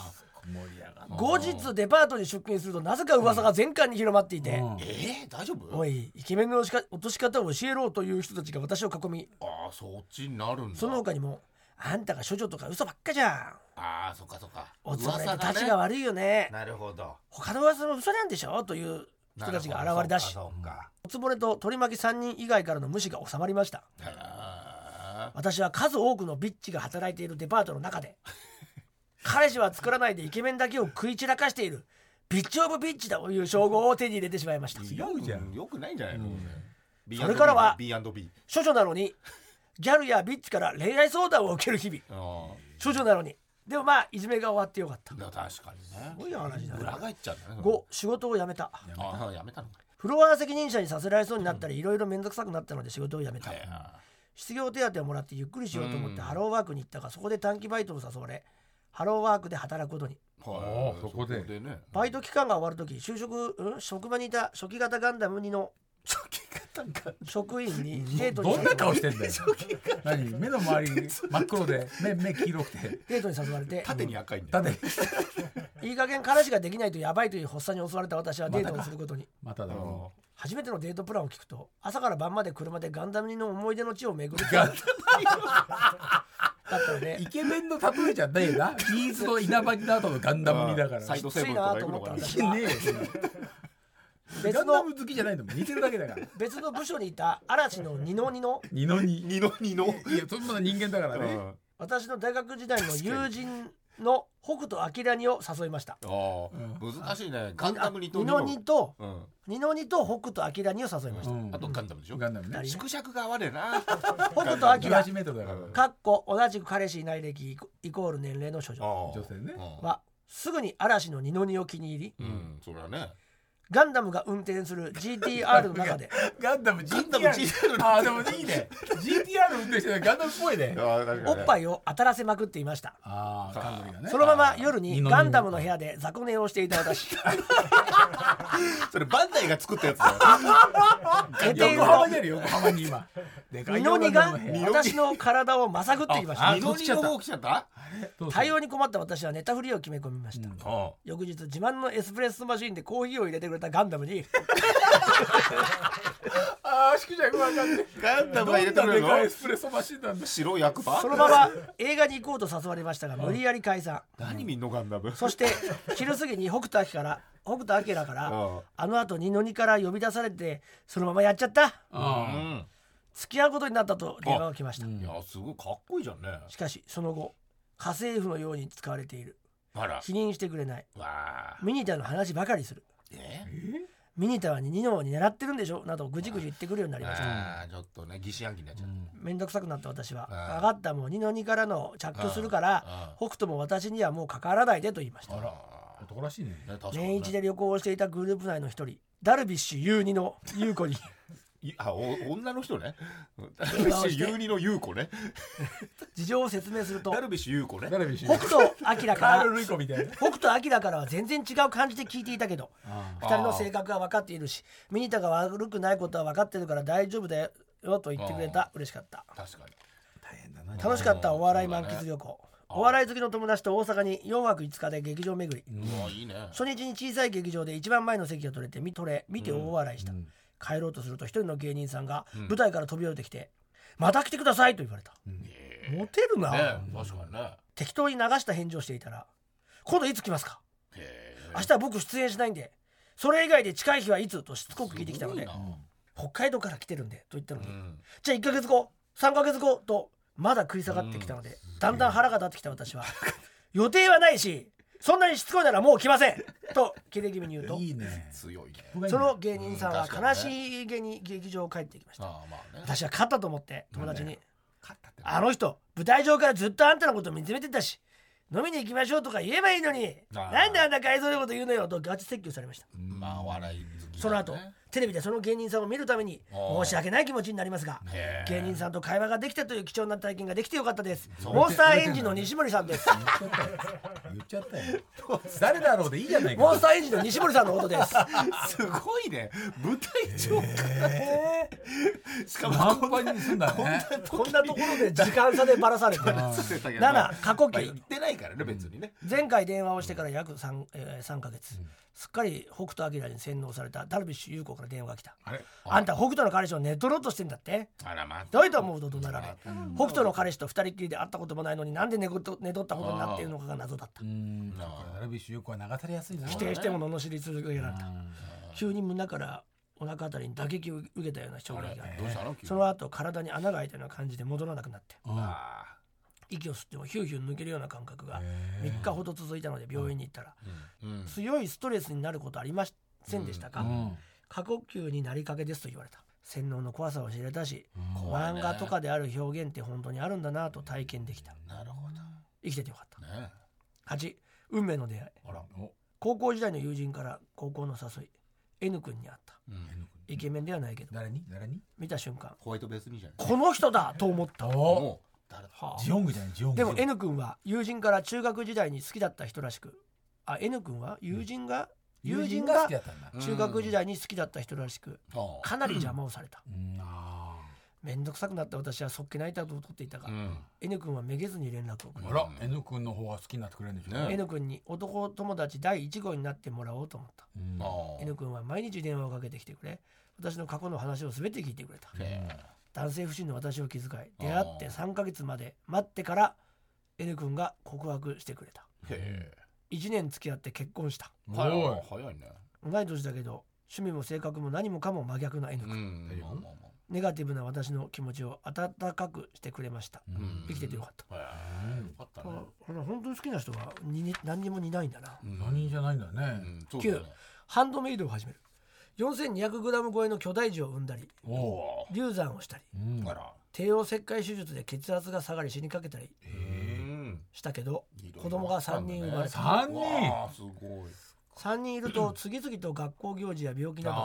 [SPEAKER 3] 盛り上がっ
[SPEAKER 1] 後日デパートに出勤するとなぜか噂が全館に広まっていて、
[SPEAKER 3] て。
[SPEAKER 2] えー大丈夫
[SPEAKER 1] おいイケメンの落としか落とし方を教えろという人たちが私を囲み
[SPEAKER 2] ああそっちになるんだ
[SPEAKER 1] その他にも「あんたが処女とか嘘ばっかじゃん
[SPEAKER 2] ああそっかそっか」
[SPEAKER 1] 「おつぼね
[SPEAKER 2] 噂
[SPEAKER 1] とた
[SPEAKER 2] が
[SPEAKER 1] ち
[SPEAKER 2] ね
[SPEAKER 1] が悪いよね
[SPEAKER 2] なるほど
[SPEAKER 1] 他の噂も嘘なんでしょ?」という人たちが現れだし
[SPEAKER 2] なるほどそっか
[SPEAKER 1] おつぼねと取り巻き3人以外からの無視が収まりました
[SPEAKER 2] そっか
[SPEAKER 1] 私は数多くのビッチが働いているデパートの中
[SPEAKER 2] [laughs]
[SPEAKER 1] で彼氏は作らないでイケメンだけを食い散らかしているビッチオブビッチだという称号を手に入れてしまいました
[SPEAKER 2] へえ
[SPEAKER 3] 違うじゃん
[SPEAKER 2] よくないんじゃないの
[SPEAKER 1] それからは
[SPEAKER 2] B&B
[SPEAKER 1] 処女なのにギャルやビッチから恋愛相談を受ける日々
[SPEAKER 2] あ
[SPEAKER 1] 処女なのにでもまあいじめが終わってよかった
[SPEAKER 2] あだから確かにね
[SPEAKER 1] ごい話だね
[SPEAKER 2] 裏返っちゃうんだね
[SPEAKER 1] 5仕事を辞めた
[SPEAKER 2] ああやめたのか
[SPEAKER 1] フロア責任者にさせられそうになったりいろいろ面倒くさくなったので仕事を辞めた
[SPEAKER 2] へえ
[SPEAKER 1] 失業手当をもらってゆっくりしようと思って
[SPEAKER 2] うん
[SPEAKER 1] ハローワークに行ったがそこで短期バイトを誘われハローワークで働くことに
[SPEAKER 2] はい
[SPEAKER 3] ああそこで
[SPEAKER 2] ね
[SPEAKER 1] バイト期間が終わる時就職、うん、職場にいた初期型ガンダム2の
[SPEAKER 2] 初期型が
[SPEAKER 1] 職員にデートに
[SPEAKER 3] どんな顔して [laughs] んだよ
[SPEAKER 2] 初。期型
[SPEAKER 3] 何目の [laughs] 周り真っ黒で目目黄色くて
[SPEAKER 1] デートに誘われて
[SPEAKER 2] 縦に赤いんだよ
[SPEAKER 3] 縦
[SPEAKER 1] いい加減彼氏ができないとやばいという発作に襲われた私はデートをすることに
[SPEAKER 3] まただろ
[SPEAKER 1] 初めてのデートプランを聞くと朝から晩まで車でガンダムの思い出の地を巡る
[SPEAKER 3] ガ
[SPEAKER 1] だ
[SPEAKER 3] ン
[SPEAKER 1] っ
[SPEAKER 3] ダム
[SPEAKER 1] たの
[SPEAKER 3] う
[SPEAKER 1] で
[SPEAKER 3] イケメンの例えじゃないよなビーズの稲葉になどのガンダムにだから
[SPEAKER 2] サイ
[SPEAKER 3] い
[SPEAKER 2] ドセブンとか行くのか
[SPEAKER 1] き
[SPEAKER 2] な
[SPEAKER 1] つ
[SPEAKER 3] けねえよそんなガ
[SPEAKER 1] 別
[SPEAKER 3] ンダ
[SPEAKER 1] の
[SPEAKER 3] ム好きじゃないのも似てるだけだ [laughs] から
[SPEAKER 1] 別の部署にいた嵐の二の二の
[SPEAKER 3] 二の二
[SPEAKER 2] 二の二の
[SPEAKER 3] いやそんなの人間だから
[SPEAKER 2] う
[SPEAKER 3] ね、
[SPEAKER 2] ん
[SPEAKER 1] 私の大学時代の友人の北斗晶にを誘いました
[SPEAKER 2] ああ難しいねガンダム二と
[SPEAKER 1] 二の二と
[SPEAKER 2] うん
[SPEAKER 1] 二の二と北斗晶にを誘いました、
[SPEAKER 3] うん
[SPEAKER 2] あとガンダムでしょ
[SPEAKER 3] ガンダムね
[SPEAKER 1] 二人
[SPEAKER 2] 縮尺が合わねえな
[SPEAKER 1] 北斗晶
[SPEAKER 3] 18メートルだから、
[SPEAKER 2] うん
[SPEAKER 1] かっこ同じく彼氏いない歴イコイコール年齢の処女
[SPEAKER 2] 女
[SPEAKER 3] 女性ね
[SPEAKER 1] はすぐに嵐の二の二を気に入り
[SPEAKER 2] うんうんそれはね
[SPEAKER 1] ガンダムが運転する GTR の中で
[SPEAKER 3] ガンダム
[SPEAKER 2] ガンダ
[SPEAKER 3] GTR
[SPEAKER 2] ム GTR
[SPEAKER 3] あーでもいいね GTR 運転してるガンダムっぽいね
[SPEAKER 1] お
[SPEAKER 2] お
[SPEAKER 1] っぱいを当たらせまくっていました
[SPEAKER 3] ああカンドリがね
[SPEAKER 1] そのまま夜
[SPEAKER 3] いい
[SPEAKER 1] に
[SPEAKER 3] の
[SPEAKER 1] ガンダムの部屋で雑魚寝をしていた私
[SPEAKER 2] それバンダイが作ったやつだよ
[SPEAKER 1] 寝ている
[SPEAKER 3] 横
[SPEAKER 1] と
[SPEAKER 3] 浜にあるよ横浜に今でか
[SPEAKER 1] 二
[SPEAKER 3] い
[SPEAKER 1] の
[SPEAKER 3] よ
[SPEAKER 1] 二が
[SPEAKER 3] ガンダムの部屋
[SPEAKER 1] 私の体をまさぐっていました
[SPEAKER 3] あ
[SPEAKER 2] 二の二の方来ちゃった
[SPEAKER 3] どうする
[SPEAKER 1] 対応に困った私はネタフリを決め込みました、
[SPEAKER 3] うん
[SPEAKER 2] あ
[SPEAKER 1] 翌日自慢のエスプレッソマシンでコーヒーを入れてくれたガンダムに
[SPEAKER 3] ああしくちゃんよくわかんない
[SPEAKER 2] ガンダ
[SPEAKER 3] どん
[SPEAKER 2] ムが入れてく
[SPEAKER 3] な
[SPEAKER 2] れる
[SPEAKER 3] で
[SPEAKER 2] の
[SPEAKER 3] かいエスプレッソマシンなんだ
[SPEAKER 2] 白い役場
[SPEAKER 1] そのまま映画に行こうと誘われましたが無理やり解散
[SPEAKER 2] 何見んのガンダム
[SPEAKER 1] そして昼過ぎに北斗晶から北斗晶から
[SPEAKER 2] あ
[SPEAKER 1] あの後二の二から呼び出されてそのままやっちゃった
[SPEAKER 2] あう
[SPEAKER 3] あ
[SPEAKER 2] ん
[SPEAKER 1] 付き合うことになったと電話が来ました
[SPEAKER 3] うん
[SPEAKER 2] いやすごいかっこいいじゃんね
[SPEAKER 1] しかしその後家政婦のように使われている
[SPEAKER 2] あら
[SPEAKER 1] 否認してくれない
[SPEAKER 2] わあ
[SPEAKER 1] ミニタの話ばかりする
[SPEAKER 2] え
[SPEAKER 1] ミニタはニノに狙ってるんでしょなどぐじぐじ言ってくるようになりました
[SPEAKER 2] あーちょっとね疑心暗鬼になっちゃった
[SPEAKER 1] 面倒くさくなった私は「
[SPEAKER 2] あ
[SPEAKER 1] 分
[SPEAKER 2] あ
[SPEAKER 1] かったもう二の二からの着去するか
[SPEAKER 2] あ
[SPEAKER 1] ら
[SPEAKER 2] あ
[SPEAKER 1] 北斗も私にはもう関わらないで」と言いました
[SPEAKER 2] あ
[SPEAKER 3] 男らしいね
[SPEAKER 2] らね確かにね
[SPEAKER 1] 年一で旅行をしていたグループ内の一人ダルビッシュ有二の優子に
[SPEAKER 2] いあお女の人ねダルビ
[SPEAKER 1] 顔
[SPEAKER 2] ッ
[SPEAKER 1] し
[SPEAKER 2] シ
[SPEAKER 1] て
[SPEAKER 2] ュ有二の優子ね
[SPEAKER 1] 事情を説明すると
[SPEAKER 2] ダルビッシュ優子ね
[SPEAKER 3] ダルビッシ
[SPEAKER 1] 北
[SPEAKER 3] ュ
[SPEAKER 1] 斗晶
[SPEAKER 3] カ
[SPEAKER 1] か
[SPEAKER 3] ー
[SPEAKER 1] ら
[SPEAKER 3] ル・ルイコみたいな
[SPEAKER 1] 北斗晶からは全然違う感じで聞いていたけど
[SPEAKER 3] あ
[SPEAKER 1] 二人の性格は分かっているしミニタが悪くないことは分かってるから大丈夫だよと言ってくれた嬉しかった
[SPEAKER 2] 確かに
[SPEAKER 3] 大変だな
[SPEAKER 1] 楽しかったお笑い満喫旅行お笑い好きの友達と大阪に4泊5日で劇場巡り
[SPEAKER 2] うわいいね
[SPEAKER 1] 初日に小さい劇場で一番前の席を取れて見取れ見て大笑いした、
[SPEAKER 3] うん
[SPEAKER 1] 帰ろうとすると一人の芸人さんが舞台から飛び降りてきて「また来てください」と言われた、
[SPEAKER 2] え
[SPEAKER 1] モテるな、
[SPEAKER 2] ね確かにね
[SPEAKER 1] 適当に流した返事をしていたら「今度いつ来ますか
[SPEAKER 2] へえ
[SPEAKER 1] 明日は僕出演しないんでそれ以外で近い日はいつ?」としつこく聞いてきたの
[SPEAKER 2] すごい
[SPEAKER 1] で
[SPEAKER 2] な
[SPEAKER 1] 「北海道から来てるんで」と言ったの
[SPEAKER 2] う
[SPEAKER 1] に「
[SPEAKER 2] ん
[SPEAKER 1] じゃあ1ヶ月後3ヶ月後」とまだ食い下がってきたので、だんだん腹が立ってきた私は [laughs] 「予定はないしそんなにしつこいならもう来ません」と切れ気味に言うと
[SPEAKER 3] いいね
[SPEAKER 2] 強いね
[SPEAKER 1] その芸人さんは
[SPEAKER 2] うん確か
[SPEAKER 1] 悲
[SPEAKER 2] に
[SPEAKER 1] しげに劇場を帰ってきました、
[SPEAKER 2] ああまあね
[SPEAKER 1] 私は勝ったと思って友達に
[SPEAKER 2] 勝った
[SPEAKER 1] 「
[SPEAKER 2] って
[SPEAKER 1] あの人舞台上からずっとあんたのこと見つめてたし飲みに行きましょう」とか言えばいいのに
[SPEAKER 2] あー
[SPEAKER 1] なんであんな改造のこと言うのよとガチ説教されました
[SPEAKER 2] まあお笑い好き
[SPEAKER 1] その
[SPEAKER 2] だね
[SPEAKER 1] 後テレビでその芸人さんを見るために
[SPEAKER 2] あー
[SPEAKER 1] 申し訳ない気持ちになりますが
[SPEAKER 2] へー
[SPEAKER 1] 芸人さんと会話ができたという貴重な体験ができてよかったです
[SPEAKER 3] う
[SPEAKER 1] モンスターエンジンの西森さんです
[SPEAKER 3] 言っちゃったよ誰だろうでいいじゃないか
[SPEAKER 1] モンスターエンジンの西森さんのことです
[SPEAKER 2] すごいね舞台上からしかも
[SPEAKER 3] 満杯にすんだね
[SPEAKER 1] [laughs] こんなところで時間差でばらされて
[SPEAKER 2] 7
[SPEAKER 1] 7過去
[SPEAKER 2] 言っ
[SPEAKER 1] 期
[SPEAKER 2] てないからね別にね
[SPEAKER 1] 前回電話をしてから約 3,、えー、3ヶ月、すっかり北斗晶に洗脳されたダルビッシュ有子から電話が来た
[SPEAKER 2] あれ
[SPEAKER 1] あんた北斗の彼氏を寝取ろうとしてんだって
[SPEAKER 2] あらまあ
[SPEAKER 1] どういうと思うと怒鳴られ北斗の彼氏と二人っきりで会ったこともないのになんで寝こと寝取ったことになっているのかが謎だった
[SPEAKER 3] うんだからダルビッシュよくは流されやすいな
[SPEAKER 1] 否定しても罵り続けられた急に胸からお腹あたりに打撃を受けたような衝撃があって
[SPEAKER 2] どうしたの急に
[SPEAKER 1] その後体に穴が開いたような感じで戻らなくなって
[SPEAKER 3] うん
[SPEAKER 2] あ
[SPEAKER 1] 息を吸ってもヒューヒュー抜けるような感覚が
[SPEAKER 3] へ
[SPEAKER 1] 3日ほど続いたので病院に行ったら
[SPEAKER 2] ーうん
[SPEAKER 1] 強いストレスになることありませんでしたか、
[SPEAKER 3] うん
[SPEAKER 1] 過呼吸になりかけですと言われた洗脳の怖さを知れたし、
[SPEAKER 2] 怖いね
[SPEAKER 1] 漫画とかである表現って本当にあるんだなと体験できた
[SPEAKER 2] なるほ
[SPEAKER 1] 生きててよかった
[SPEAKER 2] どね
[SPEAKER 1] 8運命の出会い
[SPEAKER 2] あら
[SPEAKER 3] お
[SPEAKER 1] 高校時代の友人から高校の誘い N 君に会った
[SPEAKER 2] うん
[SPEAKER 1] イケメンではないけど
[SPEAKER 3] 誰に誰に
[SPEAKER 1] 見た瞬間
[SPEAKER 2] ホワイトベースにじゃない
[SPEAKER 1] この人だと思った、
[SPEAKER 3] お
[SPEAKER 2] もう誰だ
[SPEAKER 1] はあ
[SPEAKER 3] ジオングじゃないジオング
[SPEAKER 1] でも N 君は友人から中学時代に好きだった人らしくあ N 君は友人が、友
[SPEAKER 3] 友
[SPEAKER 1] 人
[SPEAKER 3] 人が
[SPEAKER 1] が
[SPEAKER 3] 好きだったんだ
[SPEAKER 2] うん
[SPEAKER 1] 中学時代に好きだった人らしく
[SPEAKER 2] ああ
[SPEAKER 1] かなり邪魔をされた、
[SPEAKER 3] うんあ
[SPEAKER 1] 面倒くさくなった私はそっけない態度を取っていたが、
[SPEAKER 2] うん。
[SPEAKER 1] N 君はめげずに連絡をくれ
[SPEAKER 3] あら、N 君の方が好きになってくれるんでしょうね。
[SPEAKER 1] N 君に男友達第1号になってもらおうと思った、
[SPEAKER 3] うん
[SPEAKER 2] あー
[SPEAKER 1] N 君は毎日電話をかけてきてくれ私の過去の話を全て聞いてくれた
[SPEAKER 2] へ
[SPEAKER 1] 男性不信の私を気遣い
[SPEAKER 2] あー
[SPEAKER 1] 出会って3ヶ月まで待ってから N 君が告白してくれた
[SPEAKER 2] え。へ
[SPEAKER 1] 1年付き合って結婚した
[SPEAKER 2] え。
[SPEAKER 3] すごい。
[SPEAKER 2] 早いね。
[SPEAKER 1] 同い年だけど趣味も性格も何もかも真逆な N
[SPEAKER 2] う
[SPEAKER 1] 君、
[SPEAKER 2] ん。
[SPEAKER 3] 大丈夫
[SPEAKER 2] まあまあまあ
[SPEAKER 1] ネガティブな私の気持ちを温かくしてくれました
[SPEAKER 2] ん
[SPEAKER 1] 生きててよかった、
[SPEAKER 2] へえよかったね
[SPEAKER 1] ああの本当に好きな人がにに何にも似ないんだな
[SPEAKER 2] うん
[SPEAKER 3] 何じゃないんだ
[SPEAKER 2] う
[SPEAKER 3] ね。
[SPEAKER 2] んそうだね
[SPEAKER 1] ハンドメイドを始める 4200g 超えの巨大児を産んだり
[SPEAKER 3] おお
[SPEAKER 1] 流産をしたり
[SPEAKER 3] ー。うん。
[SPEAKER 2] だか
[SPEAKER 3] あ
[SPEAKER 2] ら
[SPEAKER 1] 帝王切開手術で血圧が下がり死にかけたり
[SPEAKER 2] うん
[SPEAKER 1] したけど
[SPEAKER 2] いろいろ
[SPEAKER 1] 子供が3人生まれた
[SPEAKER 3] 三人。
[SPEAKER 2] わあすごい
[SPEAKER 1] 3人いる
[SPEAKER 3] [clears throat]
[SPEAKER 1] と次々と学校行事や病気など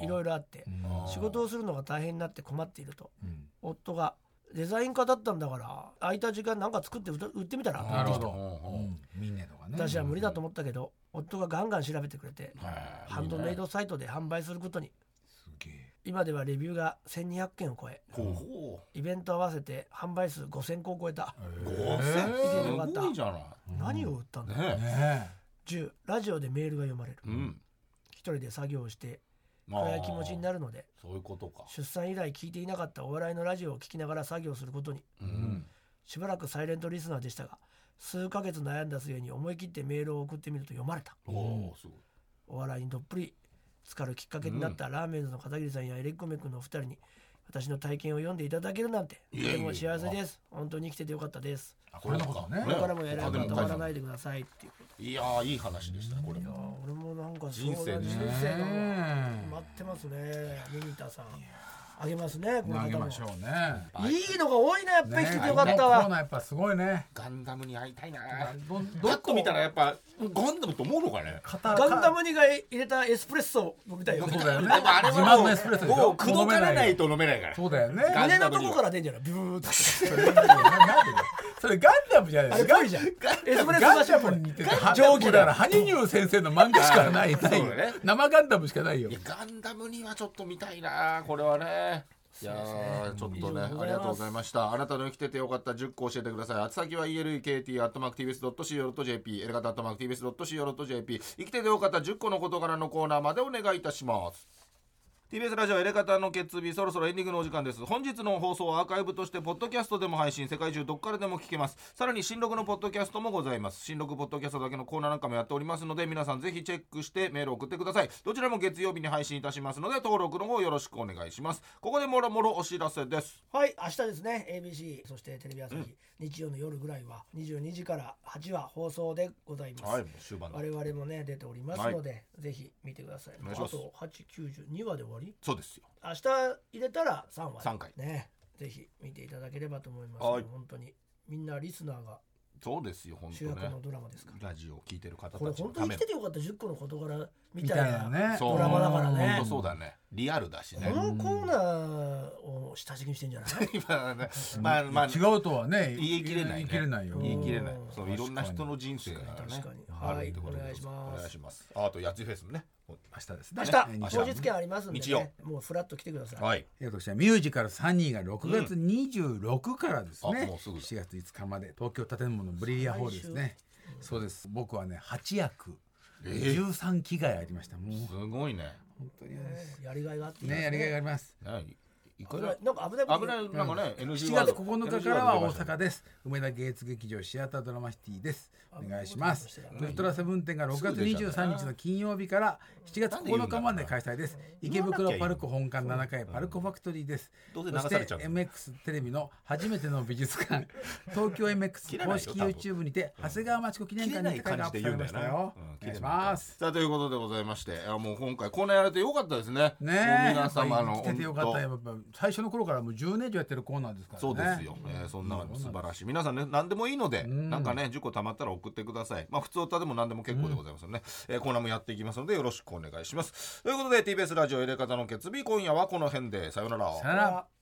[SPEAKER 2] あー
[SPEAKER 1] いろいろあって
[SPEAKER 3] うん
[SPEAKER 1] 仕事をするのが大変になって困っていると
[SPEAKER 3] うん
[SPEAKER 1] 夫が「デザイン家だったんだから空いた時間なんか作って売売ってみたら」と言
[SPEAKER 3] な
[SPEAKER 1] っ
[SPEAKER 3] る
[SPEAKER 1] て
[SPEAKER 3] ほ
[SPEAKER 1] きた
[SPEAKER 3] ど。
[SPEAKER 2] うん
[SPEAKER 3] うんミネとかね。
[SPEAKER 1] 私は無理だと思ったけど夫がガンガン調べてくれて
[SPEAKER 2] へえ
[SPEAKER 1] ハンドメイドサイトで販売することに
[SPEAKER 3] すげえ。
[SPEAKER 1] 今ではレビューが1200件を超え
[SPEAKER 2] ほうほ
[SPEAKER 1] イベント合わせて販売数5000個を超えた、
[SPEAKER 2] う5000
[SPEAKER 1] え
[SPEAKER 2] すごいじゃな
[SPEAKER 1] 何を売ったんだ、
[SPEAKER 2] いねえ
[SPEAKER 3] ね
[SPEAKER 1] 10ラジオでメールが読まれる、
[SPEAKER 2] うん
[SPEAKER 1] 一人で作業をして
[SPEAKER 2] まあ
[SPEAKER 1] 暗い気持ちになるので
[SPEAKER 2] そういうことか
[SPEAKER 1] 出産以来聞いていなかったお笑いのラジオを聞きながら作業することに
[SPEAKER 2] うん
[SPEAKER 1] しばらくサイレントリスナーでしたが数ヶ月悩んだ末に思い切ってメールを送ってみると読まれた
[SPEAKER 2] おおすごい
[SPEAKER 1] お笑いにどっぷり浸かるきっかけになったラーメンズの片桐さんやエレコメ君のお二人に私の体験を読んでいただけるなんてと
[SPEAKER 2] いえいえ
[SPEAKER 1] ても幸せです本当に生きててよかったです
[SPEAKER 3] え。これのことね
[SPEAKER 1] こ。れからもやら
[SPEAKER 2] ら
[SPEAKER 1] なく
[SPEAKER 2] な
[SPEAKER 1] 止まらないでくださいっていうこと
[SPEAKER 2] いやーいい話でしたねこれ
[SPEAKER 1] いやー俺もなんかそう
[SPEAKER 2] 人生
[SPEAKER 1] な
[SPEAKER 2] ね
[SPEAKER 1] 人
[SPEAKER 3] ね
[SPEAKER 1] 生が
[SPEAKER 3] え
[SPEAKER 1] 待ってますねミニタさんあげますねこの
[SPEAKER 3] 投げ
[SPEAKER 1] 方も
[SPEAKER 3] ましょうね。
[SPEAKER 1] いいのが多いなやっぱり来ててよかっ
[SPEAKER 3] ね
[SPEAKER 1] た
[SPEAKER 3] このコー
[SPEAKER 1] わ
[SPEAKER 3] ナーやっぱすごいね。
[SPEAKER 2] ガンダムに会いたいな
[SPEAKER 3] ど
[SPEAKER 2] どっと見たらやっぱガンダムと思うのかね
[SPEAKER 3] 肩
[SPEAKER 1] ガンダムにが入れたエスプレッソみたいよ
[SPEAKER 3] そうだよね
[SPEAKER 2] でもあ。れ
[SPEAKER 3] 自
[SPEAKER 2] は
[SPEAKER 3] 慢
[SPEAKER 2] も
[SPEAKER 3] のエスプレッソで
[SPEAKER 2] う
[SPEAKER 3] し
[SPEAKER 2] も
[SPEAKER 3] ょ
[SPEAKER 2] う口説かれない。と飲めないから
[SPEAKER 3] そうだよね。
[SPEAKER 2] ガン
[SPEAKER 1] 胸
[SPEAKER 2] ダ
[SPEAKER 1] の
[SPEAKER 2] ム
[SPEAKER 1] と
[SPEAKER 2] には
[SPEAKER 1] こから出んじゃないビューッ
[SPEAKER 3] それなんでなんでそれガンダムじゃない
[SPEAKER 1] あ
[SPEAKER 3] です
[SPEAKER 1] れ
[SPEAKER 3] か。
[SPEAKER 1] ぽいじゃんエスプレッソ
[SPEAKER 3] ガ
[SPEAKER 1] だ
[SPEAKER 3] ン
[SPEAKER 1] し
[SPEAKER 3] ダムに似てる。
[SPEAKER 1] ガン上下
[SPEAKER 3] だから、羽生先生の漫画しかない。
[SPEAKER 2] あー
[SPEAKER 3] ない
[SPEAKER 2] そうだね
[SPEAKER 3] 生ガンダムしかないよ
[SPEAKER 2] いや。ガンダムにはちょっと見たいなこれはねいやーちょっとね
[SPEAKER 1] 以上でございます
[SPEAKER 2] ありがとうございましたあなたの生きててよかった10個教えてください宛先は elekt.mactvs.co.jp エレガタ .mactvs.co.jp 生きててよかった10個の事柄のコーナーまでお願いいたします TBS ラジオエレカタの決日そろそろエンディングのお時間です本日の放送はアーカイブとしてポッドキャストでも配信世界中どっからでも聞けますさらに新録のポッドキャストもございます新録ポッドキャストだけのコーナーなんかもやっておりますので皆さんぜひチェックしてメールを送ってくださいどちらも月曜日に配信いたしますので登録の方よろしくお願いしますここでもろもろお知らせです
[SPEAKER 1] はい明日ですね ABC そしてテレビ朝日、日曜の夜ぐらいは22時から8話放送でございます、
[SPEAKER 2] はい終盤だ
[SPEAKER 1] 我々もね出ておりますので、ぜひ見てください
[SPEAKER 2] お願いします
[SPEAKER 1] あと892話で終わり
[SPEAKER 2] そうですよ
[SPEAKER 1] 明日入れたら3話
[SPEAKER 2] 三回
[SPEAKER 1] ねぜひ見ていただければと思います、
[SPEAKER 2] はい
[SPEAKER 1] 本当にみんなリスナーが
[SPEAKER 2] そうですよ本
[SPEAKER 1] 主
[SPEAKER 2] 当
[SPEAKER 1] 役
[SPEAKER 2] ね
[SPEAKER 1] のドラマですから、
[SPEAKER 2] ラジオを聞いてる方
[SPEAKER 1] これ
[SPEAKER 2] たちの
[SPEAKER 1] 本当
[SPEAKER 2] た
[SPEAKER 1] に
[SPEAKER 2] め
[SPEAKER 1] 生
[SPEAKER 2] の
[SPEAKER 1] きててよかった10個の事柄み
[SPEAKER 3] み
[SPEAKER 1] た
[SPEAKER 3] たい
[SPEAKER 1] い
[SPEAKER 3] な
[SPEAKER 1] な
[SPEAKER 3] ね。
[SPEAKER 2] そ
[SPEAKER 1] ド
[SPEAKER 2] う
[SPEAKER 1] ラマだからね
[SPEAKER 2] 本当そうだねリアルだしね
[SPEAKER 1] このコーナーを下敷きにしてんじゃない
[SPEAKER 2] [laughs] 今ねまあまあ
[SPEAKER 3] 違うとはね。
[SPEAKER 2] 言い切れないね
[SPEAKER 3] 言い切れないよ。
[SPEAKER 2] 言い切れない
[SPEAKER 1] うん
[SPEAKER 2] そういろんな人の人生だからね
[SPEAKER 1] 確かに
[SPEAKER 2] あるってことで
[SPEAKER 1] はいお願いします
[SPEAKER 2] お願いしますああとやつフェスもね
[SPEAKER 3] 明日ですね。
[SPEAKER 1] 明日
[SPEAKER 3] え
[SPEAKER 1] 当
[SPEAKER 3] ー
[SPEAKER 1] 日券ありますんで、
[SPEAKER 2] 日曜
[SPEAKER 1] ね、もうフラッと来てください、
[SPEAKER 2] はい
[SPEAKER 3] えーとこちらミュージカルサニーが6月26からですね、
[SPEAKER 2] あもうすぐだ
[SPEAKER 3] 7月5日まで東京建物ブリリアホールですねそうです僕はね8役
[SPEAKER 2] えー
[SPEAKER 3] 13着替えありましたもう
[SPEAKER 2] すごいね
[SPEAKER 3] 本当に
[SPEAKER 1] やりがいがあっていいです
[SPEAKER 3] ねやりがいがあります
[SPEAKER 2] ねいいく
[SPEAKER 1] 危
[SPEAKER 2] ら
[SPEAKER 1] ないなんか危ないこと
[SPEAKER 2] 危ないなんかね NG
[SPEAKER 3] 7
[SPEAKER 2] ワー
[SPEAKER 3] 月
[SPEAKER 2] ド
[SPEAKER 3] 9日からは
[SPEAKER 2] NG ワ
[SPEAKER 3] 大
[SPEAKER 2] ード出ました
[SPEAKER 3] 阪
[SPEAKER 2] ね
[SPEAKER 3] です梅田芸術劇場シアタードラマシティですお願いします
[SPEAKER 1] うん
[SPEAKER 3] ウルトラセブン展が6月23日の金曜日から7月9日まで開催です池袋パルコ本館7階パルコファクトリーです
[SPEAKER 2] ど
[SPEAKER 3] そう
[SPEAKER 2] せ流
[SPEAKER 3] し
[SPEAKER 2] さ
[SPEAKER 3] て
[SPEAKER 2] れちゃうんだ
[SPEAKER 3] MX テレビの初めての美術
[SPEAKER 2] [laughs]
[SPEAKER 3] 館東京 MX 公式
[SPEAKER 2] 切らないよ多
[SPEAKER 3] YouTube にて長谷川町子記念
[SPEAKER 2] 切れ
[SPEAKER 3] 館
[SPEAKER 2] な
[SPEAKER 3] に
[SPEAKER 2] い
[SPEAKER 3] 世界がア
[SPEAKER 2] 感じ
[SPEAKER 3] ッ
[SPEAKER 2] で
[SPEAKER 3] プさ
[SPEAKER 2] 言う
[SPEAKER 3] れ
[SPEAKER 2] んだよ
[SPEAKER 3] まし
[SPEAKER 2] な
[SPEAKER 3] たよ
[SPEAKER 2] うん
[SPEAKER 3] お願いします
[SPEAKER 2] さあということでございましていやもう今回こんなやれてよかったですね
[SPEAKER 3] ね
[SPEAKER 2] も
[SPEAKER 3] え
[SPEAKER 2] う皆様
[SPEAKER 3] や
[SPEAKER 2] の
[SPEAKER 3] っぱり来ててよかったや
[SPEAKER 2] 本
[SPEAKER 3] っぱ最初の頃からもう10年以上やってるコーナーですか
[SPEAKER 2] 当そう
[SPEAKER 3] らね
[SPEAKER 2] ですよ、えーそんなの素晴らしい皆さんね何でもいいので、
[SPEAKER 3] ん
[SPEAKER 2] なんかね10個たまったら送ってくださいまあ普通歌でも何でも結構でございますので、ねえーコーナーもやっていきますのでよろしくお願いしますということで TBS ラジオ入れ方の決日今夜はこの辺でさようなら
[SPEAKER 3] さよなら